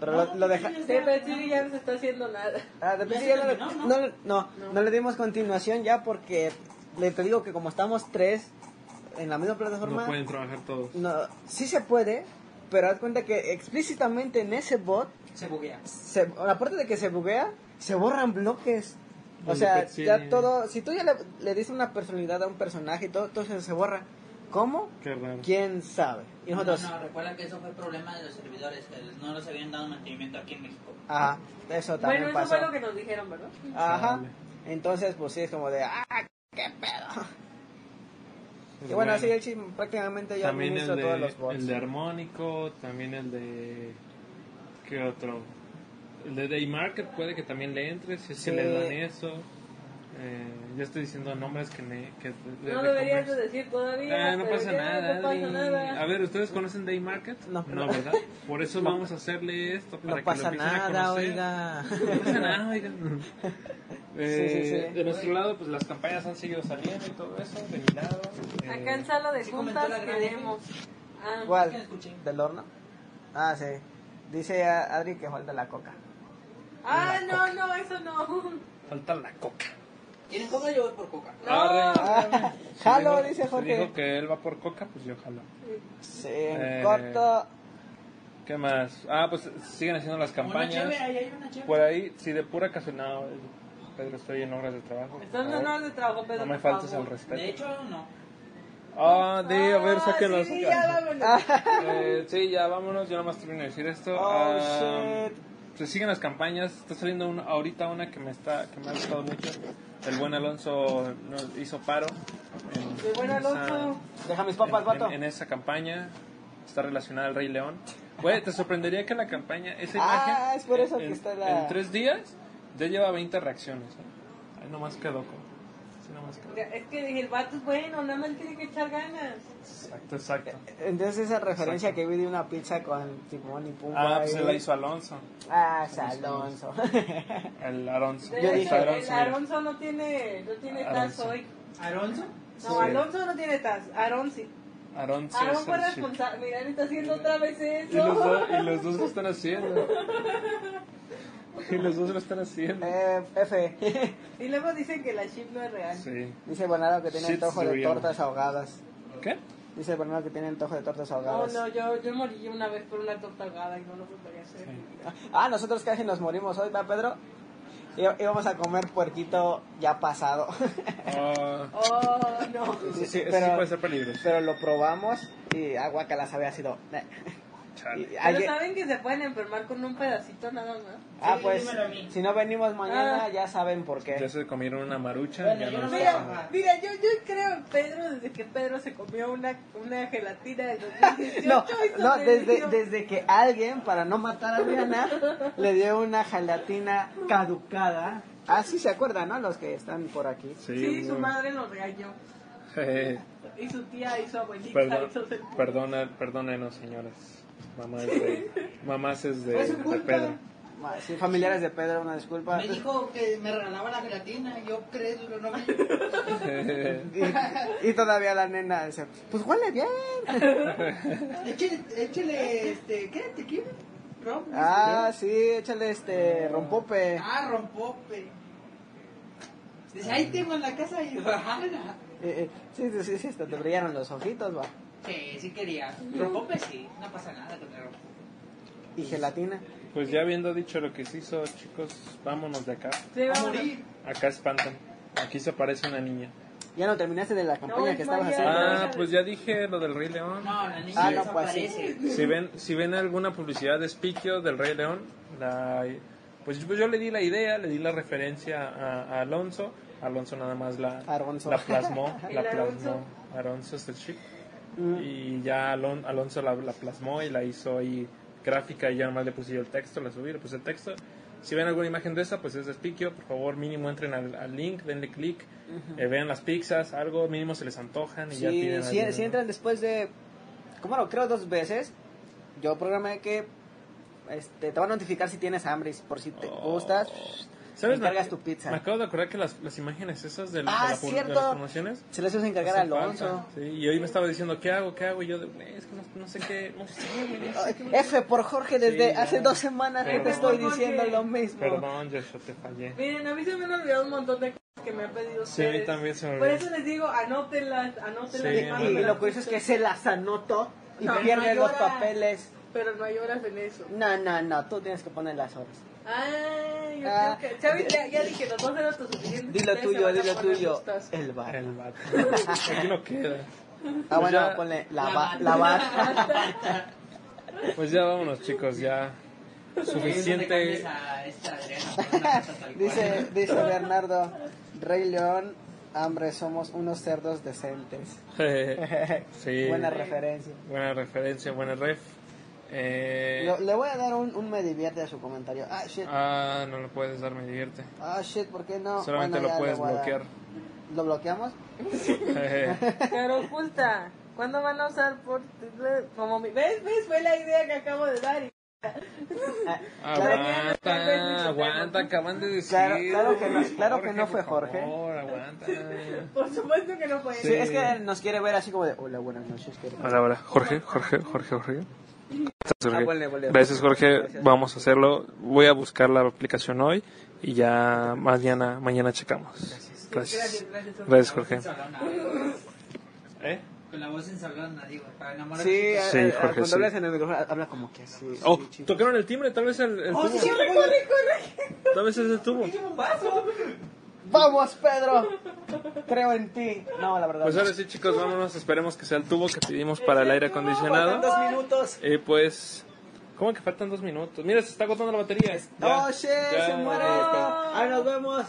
pero lo, lo deja
Sí, pero sí, ya no se está haciendo nada.
Ah, de Pet Series ya no, le- no, le- no, no le dimos continuación ya porque le te digo que como estamos tres en la misma plataforma
No pueden trabajar todos.
no, sí se puede, pero haz cuenta que explícitamente en ese bot
Se buguea.
se- aparte de que se buguea, se borran bloques. O
Los
sea,
defectos, sí.
ya todo, si tú ya le, le dices una personalidad a un personaje y todo, entonces se borra. ¿Cómo?
Qué raro.
¿Quién sabe? Y
No,
nosotros,
no, recuerda que eso fue problema de los servidores, que no les habían dado mantenimiento aquí en México.
ajá, eso también
Bueno, eso
pasó.
fue lo que nos dijeron, ¿verdad?
Ajá.
Chale.
Entonces, pues sí, es como de, ah, qué pedo.
Pues
Y bueno,
bueno.
así el chip prácticamente ya
También el
administró todos
de,
los bots.
el de armónico, también el de... ¿Qué otro? El de Daymarket puede que también le entre, si es que
Sí.
le dan eso. Eh, ya estoy diciendo nombres que... Ne, que de-
No
de
deberías de
comercio.
decir todavía.
Ah, no
pero
pasa
ya
nada.
No pasa
Adri.
nada.
A ver, ¿ustedes conocen Day Market?
No.
¿verdad? Por eso vamos a hacerle esto. Para
no
que
pasa
lo empiecen a
nada,
conocer.
oiga.
No pasa nada, oiga. Eh,
sí.
De nuestro lado, pues las campañas han seguido saliendo y todo eso. De mi lado. eh,
Acá en sala de
Sí comentó
juntas
la gran Efi.
queremos. Ah,
¿Cuál?
¿Qué escuché?
¿Del horno? Ah, sí. Dice a- Adri que falta la coca.
ah no, no, eso no.
Falta la coca.
¿Quieren coca? Yo voy por coca.
No.
Ah,
Si
jalo,
dijo-
dice
si
Jorge.
dijo que él va por coca, pues yo jalo.
Sí, en
Eh,
corto.
¿Qué más? Ah, pues siguen haciendo las
Una
campañas.
chévere, ahí hay una chévere.
Por ahí, si de pura casualidad, no, eh, Pedro, estoy en horas de trabajo.
Estás
A ver,
en horas de trabajo, Pedro.
no me
por
faltes el
favor.
respeto.
De hecho, no.
Ah, de, a ver, saquen
Ah,
las
Sí, ya vámonos.
Eh, sí, ya vámonos, yo nada más termino de decir esto.
Oh,
Ah,
shit.
Se siguen las campañas, está saliendo una, ahorita una que me está que me ha gustado mucho. El buen Alonso nos hizo paro. en-
De buen
en esa-
Alonso.
Deja mis papas,
en-
vato.
En, en esa campaña está relacionada al Rey León. Güey, te sorprendería que la campaña, esa imagen.
Ah, es por eso
en,
que está la-
En tres días ya lleva 20 reacciones. ¿eh? Ay, nomás quedó loco. Sí, nomás quedó.
Ya, Es que dije, el vato es bueno, nada más tiene que echar ganas.
Exacto, exacto.
Entonces esa referencia
Exacto.
que vi de una pizza con Timón y Pumba.
Ah, pues
ahí.
se la hizo Alonso.
Ah, es Alonso.
El Alonso.
De
Yo
hecho,
dije,
el
Alonso, mira.
Alonso no tiene, no tiene taz
Alonso.
hoy.
¿Aronso?
No, Alonso no tiene taz, Aarón sí.
Aarón sí
Ah,
Aarón
es
fue
el shit.
responsable. Mira, él está haciendo otra vez
Y los,
eso.
dos, y los dos lo están haciendo. Y los dos lo están haciendo.
eh, F.
Y luego dicen que la chip no es real.
Sí.
Dice Bonaro que tiene
Shit's
antojo de
real.
tortas ahogadas.
¿Qué?
Dice Bonaro que tiene antojo de tortas
No,
ahogadas.
no, yo, yo morí una vez por una torta ahogada y no lo volvería a hacer.
Ah, nosotros casi nos morimos hoy, ¿verdad, Pedro? I- íbamos a comer puerquito ya pasado.
Ah,
Oh, no.
sí, sí, eso sí
Pero-
puede ser peligroso.
Pero lo probamos y agua que las había sido. Eh,
Chale.
Pero saben que se pueden enfermar con un pedacito nada más.
Ah,
Sí,
pues
dímelo a mí.
si no venimos mañana
Ah.
ya saben por qué.
Ya se comieron una marucha.
Bueno,
ya
yo
no
no me
está.
Mira, mira, yo, yo creo, Pedro, desde que Pedro se comió una, una gelatina del 2018.
No,
y
no, desde,
sobrevivió.
desde que alguien, para no matar a Adriana, le dio una gelatina caducada. Ah, sí se acuerdan, ¿no? Los que están por aquí.
Sí, su
güey.
madre lo regañó.
Eh,
Y su tía y su abuelita.
Perdón,
y todo el-
perdona, perdónenos, señores. Mamá es de, mamás es de, de Pedro.
Ma- Ah, Sí, familiares de Pedro, una disculpa.
Me dijo que me regalaba la gelatina, yo crédulo, no me...
Eh,
Y, y todavía la nena dice, pues huele bien.
Échele, échele, este, ¿qué? ¿Tequila? ¿Rom?
Ah, sí, échale este rompope.
Ah, rompope. Dice, ahí tengo en la casa y bajala.
Eh, eh, sí, sí, sí, sí, hasta te brillaron los ojitos, va.
Sí, sí quería. Rompope sí, no pasa nada con el rompope.
Y gelatina.
pues ya habiendo dicho lo que se hizo, chicos, vámonos de acá.
Sí,
Va a
vámonos.
morir.
Acá espantan. Aquí se aparece una niña.
Ya no terminaste de la campaña
No,
que estabas
María.
haciendo.
Ah, pues ya dije lo del Rey León.
No, la niña
Ah, no, pues sí.
desaparece.
Si ven, si ven alguna publicidad de Spikio del Rey León, la- pues, yo- yo le di la idea, le di la referencia a, a Alonso. Alonso nada más la,
Alonso.
la plasmó.
El
la
Alonso.
plasmó. Alonso es el chico.
Mm.
Y ya Alon- Alonso la, la plasmó y la hizo ahí gráfica y ya nada más le puse yo el texto, la subí, le puse el texto. Si ven alguna imagen de esa, pues es de Spikio. Por favor, mínimo entren al, al link, denle clic, eh, vean las pizzas, algo mínimo se les antojan y ya
Sí,
piden
si,
algo,
si
¿no?
entran después de, como lo creo dos veces, yo programé que este, te va a notificar si tienes hambre y si- por si te
Oh.
gustas.
¿Sabes?
Encargas
Me-
tu pizza.
Me acabo de acordar que las, las imágenes esas del- de,
Ah,
la pu- de
cierto.
las promociones.
Se les hizo encargar a
hacen
Alonso.
falta. Sí, y hoy me estaba diciendo, ¿qué hago? ¿Qué hago? Y yo, de, "Güey, es que no, no sé qué. No sé, güey, no sé qué".
F por Jorge desde
Sí, ya.
hace dos semanas que te
Perdón.
estoy diciendo lo mismo.
Perdón, Joshua, te fallé.
Miren, a mí se me han olvidado un montón de cosas que me han pedido
Sí, a
ustedes.
mí también se me
Por
olvidó.
eso les digo, anótenlas, anótenlas.
Sí,
Y, y
bueno.
mándenlas.
lo curioso es que se las anotó y
No,
pierde
no
los
llora.
papeles.
pero no hay horas en eso.
No, no, no, tú tienes que poner las horas.
Ay, yo
Ah.
creo que. Chavi, ya, ya dije, los dos eran autosuficientes.
Dilo
ustedes se
tuyo,
van a
dilo
poner
tuyo.
gustosos.
El bar.
El vato. Aquí no queda.
Ah, bueno,
ya.
ponle la, ba- la bar.
Pues ya vámonos, chicos, ya. Suficiente.
este
dice, dice Bernardo, Rey León, hambre, somos unos cerdos decentes.
sí.
Buena referencia.
Buena referencia, buena ref. Eh,
Lo- le voy a dar un, un me divierte a su comentario. Ah, shit.
Ah, no lo puedes dar, me divierte.
Ah, shit, ¿por qué no?
Solamente
Bueno, ya
lo
le
puedes
voy a dar.
bloquear.
¿Lo bloqueamos?
Pero oculta, ¿cuándo van a usar por como mi... ¿Ves? ¿Ves? Fue la idea que acabo de dar. y-
aguanta, aguanta, acaban de decir.
Claro- claro que no- claro que no fue Jorge.
Por favor, aguanta.
Por supuesto que no fue.
Sí. es que él nos quiere ver así como de, hola, buenas noches. ¿qué
Ah.
tal?".
Hola, hola. Jorge, Jorge, Jorge, Jorge. Gracias,
Ah,
Jorge.
ponle, ponle.
Gracias, Jorge.
Gracias.
Vamos a hacerlo. Voy a buscar la aplicación hoy y ya mañana, mañana checamos. Gracias. Gracias, Jorge.
¿Eh?
Con la voz ensablada, digo, para enamorar.
Sí, a-
Sí,
a-
Jorge,
cuando
sí.
hablas en el micrófono, habla como que así.
Oh,
sí, chido.
tocaron el timbre, tal vez el, el
Oh,
tubo. Tal vez es el tubo.
¡Vamos, Pedro! Creo en ti. No, la verdad.
Pues
no.
ahora sí, chicos, vámonos. Esperemos que sea el tubo que pedimos para el aire
Faltan
acondicionado.
dos minutos.
Y pues, ¿cómo que faltan dos minutos? Mira, se está agotando la batería. Ya.
¡Oh, shit!
Ya, eh,
¡Se muere!
ya,
¡Ahí nos vemos!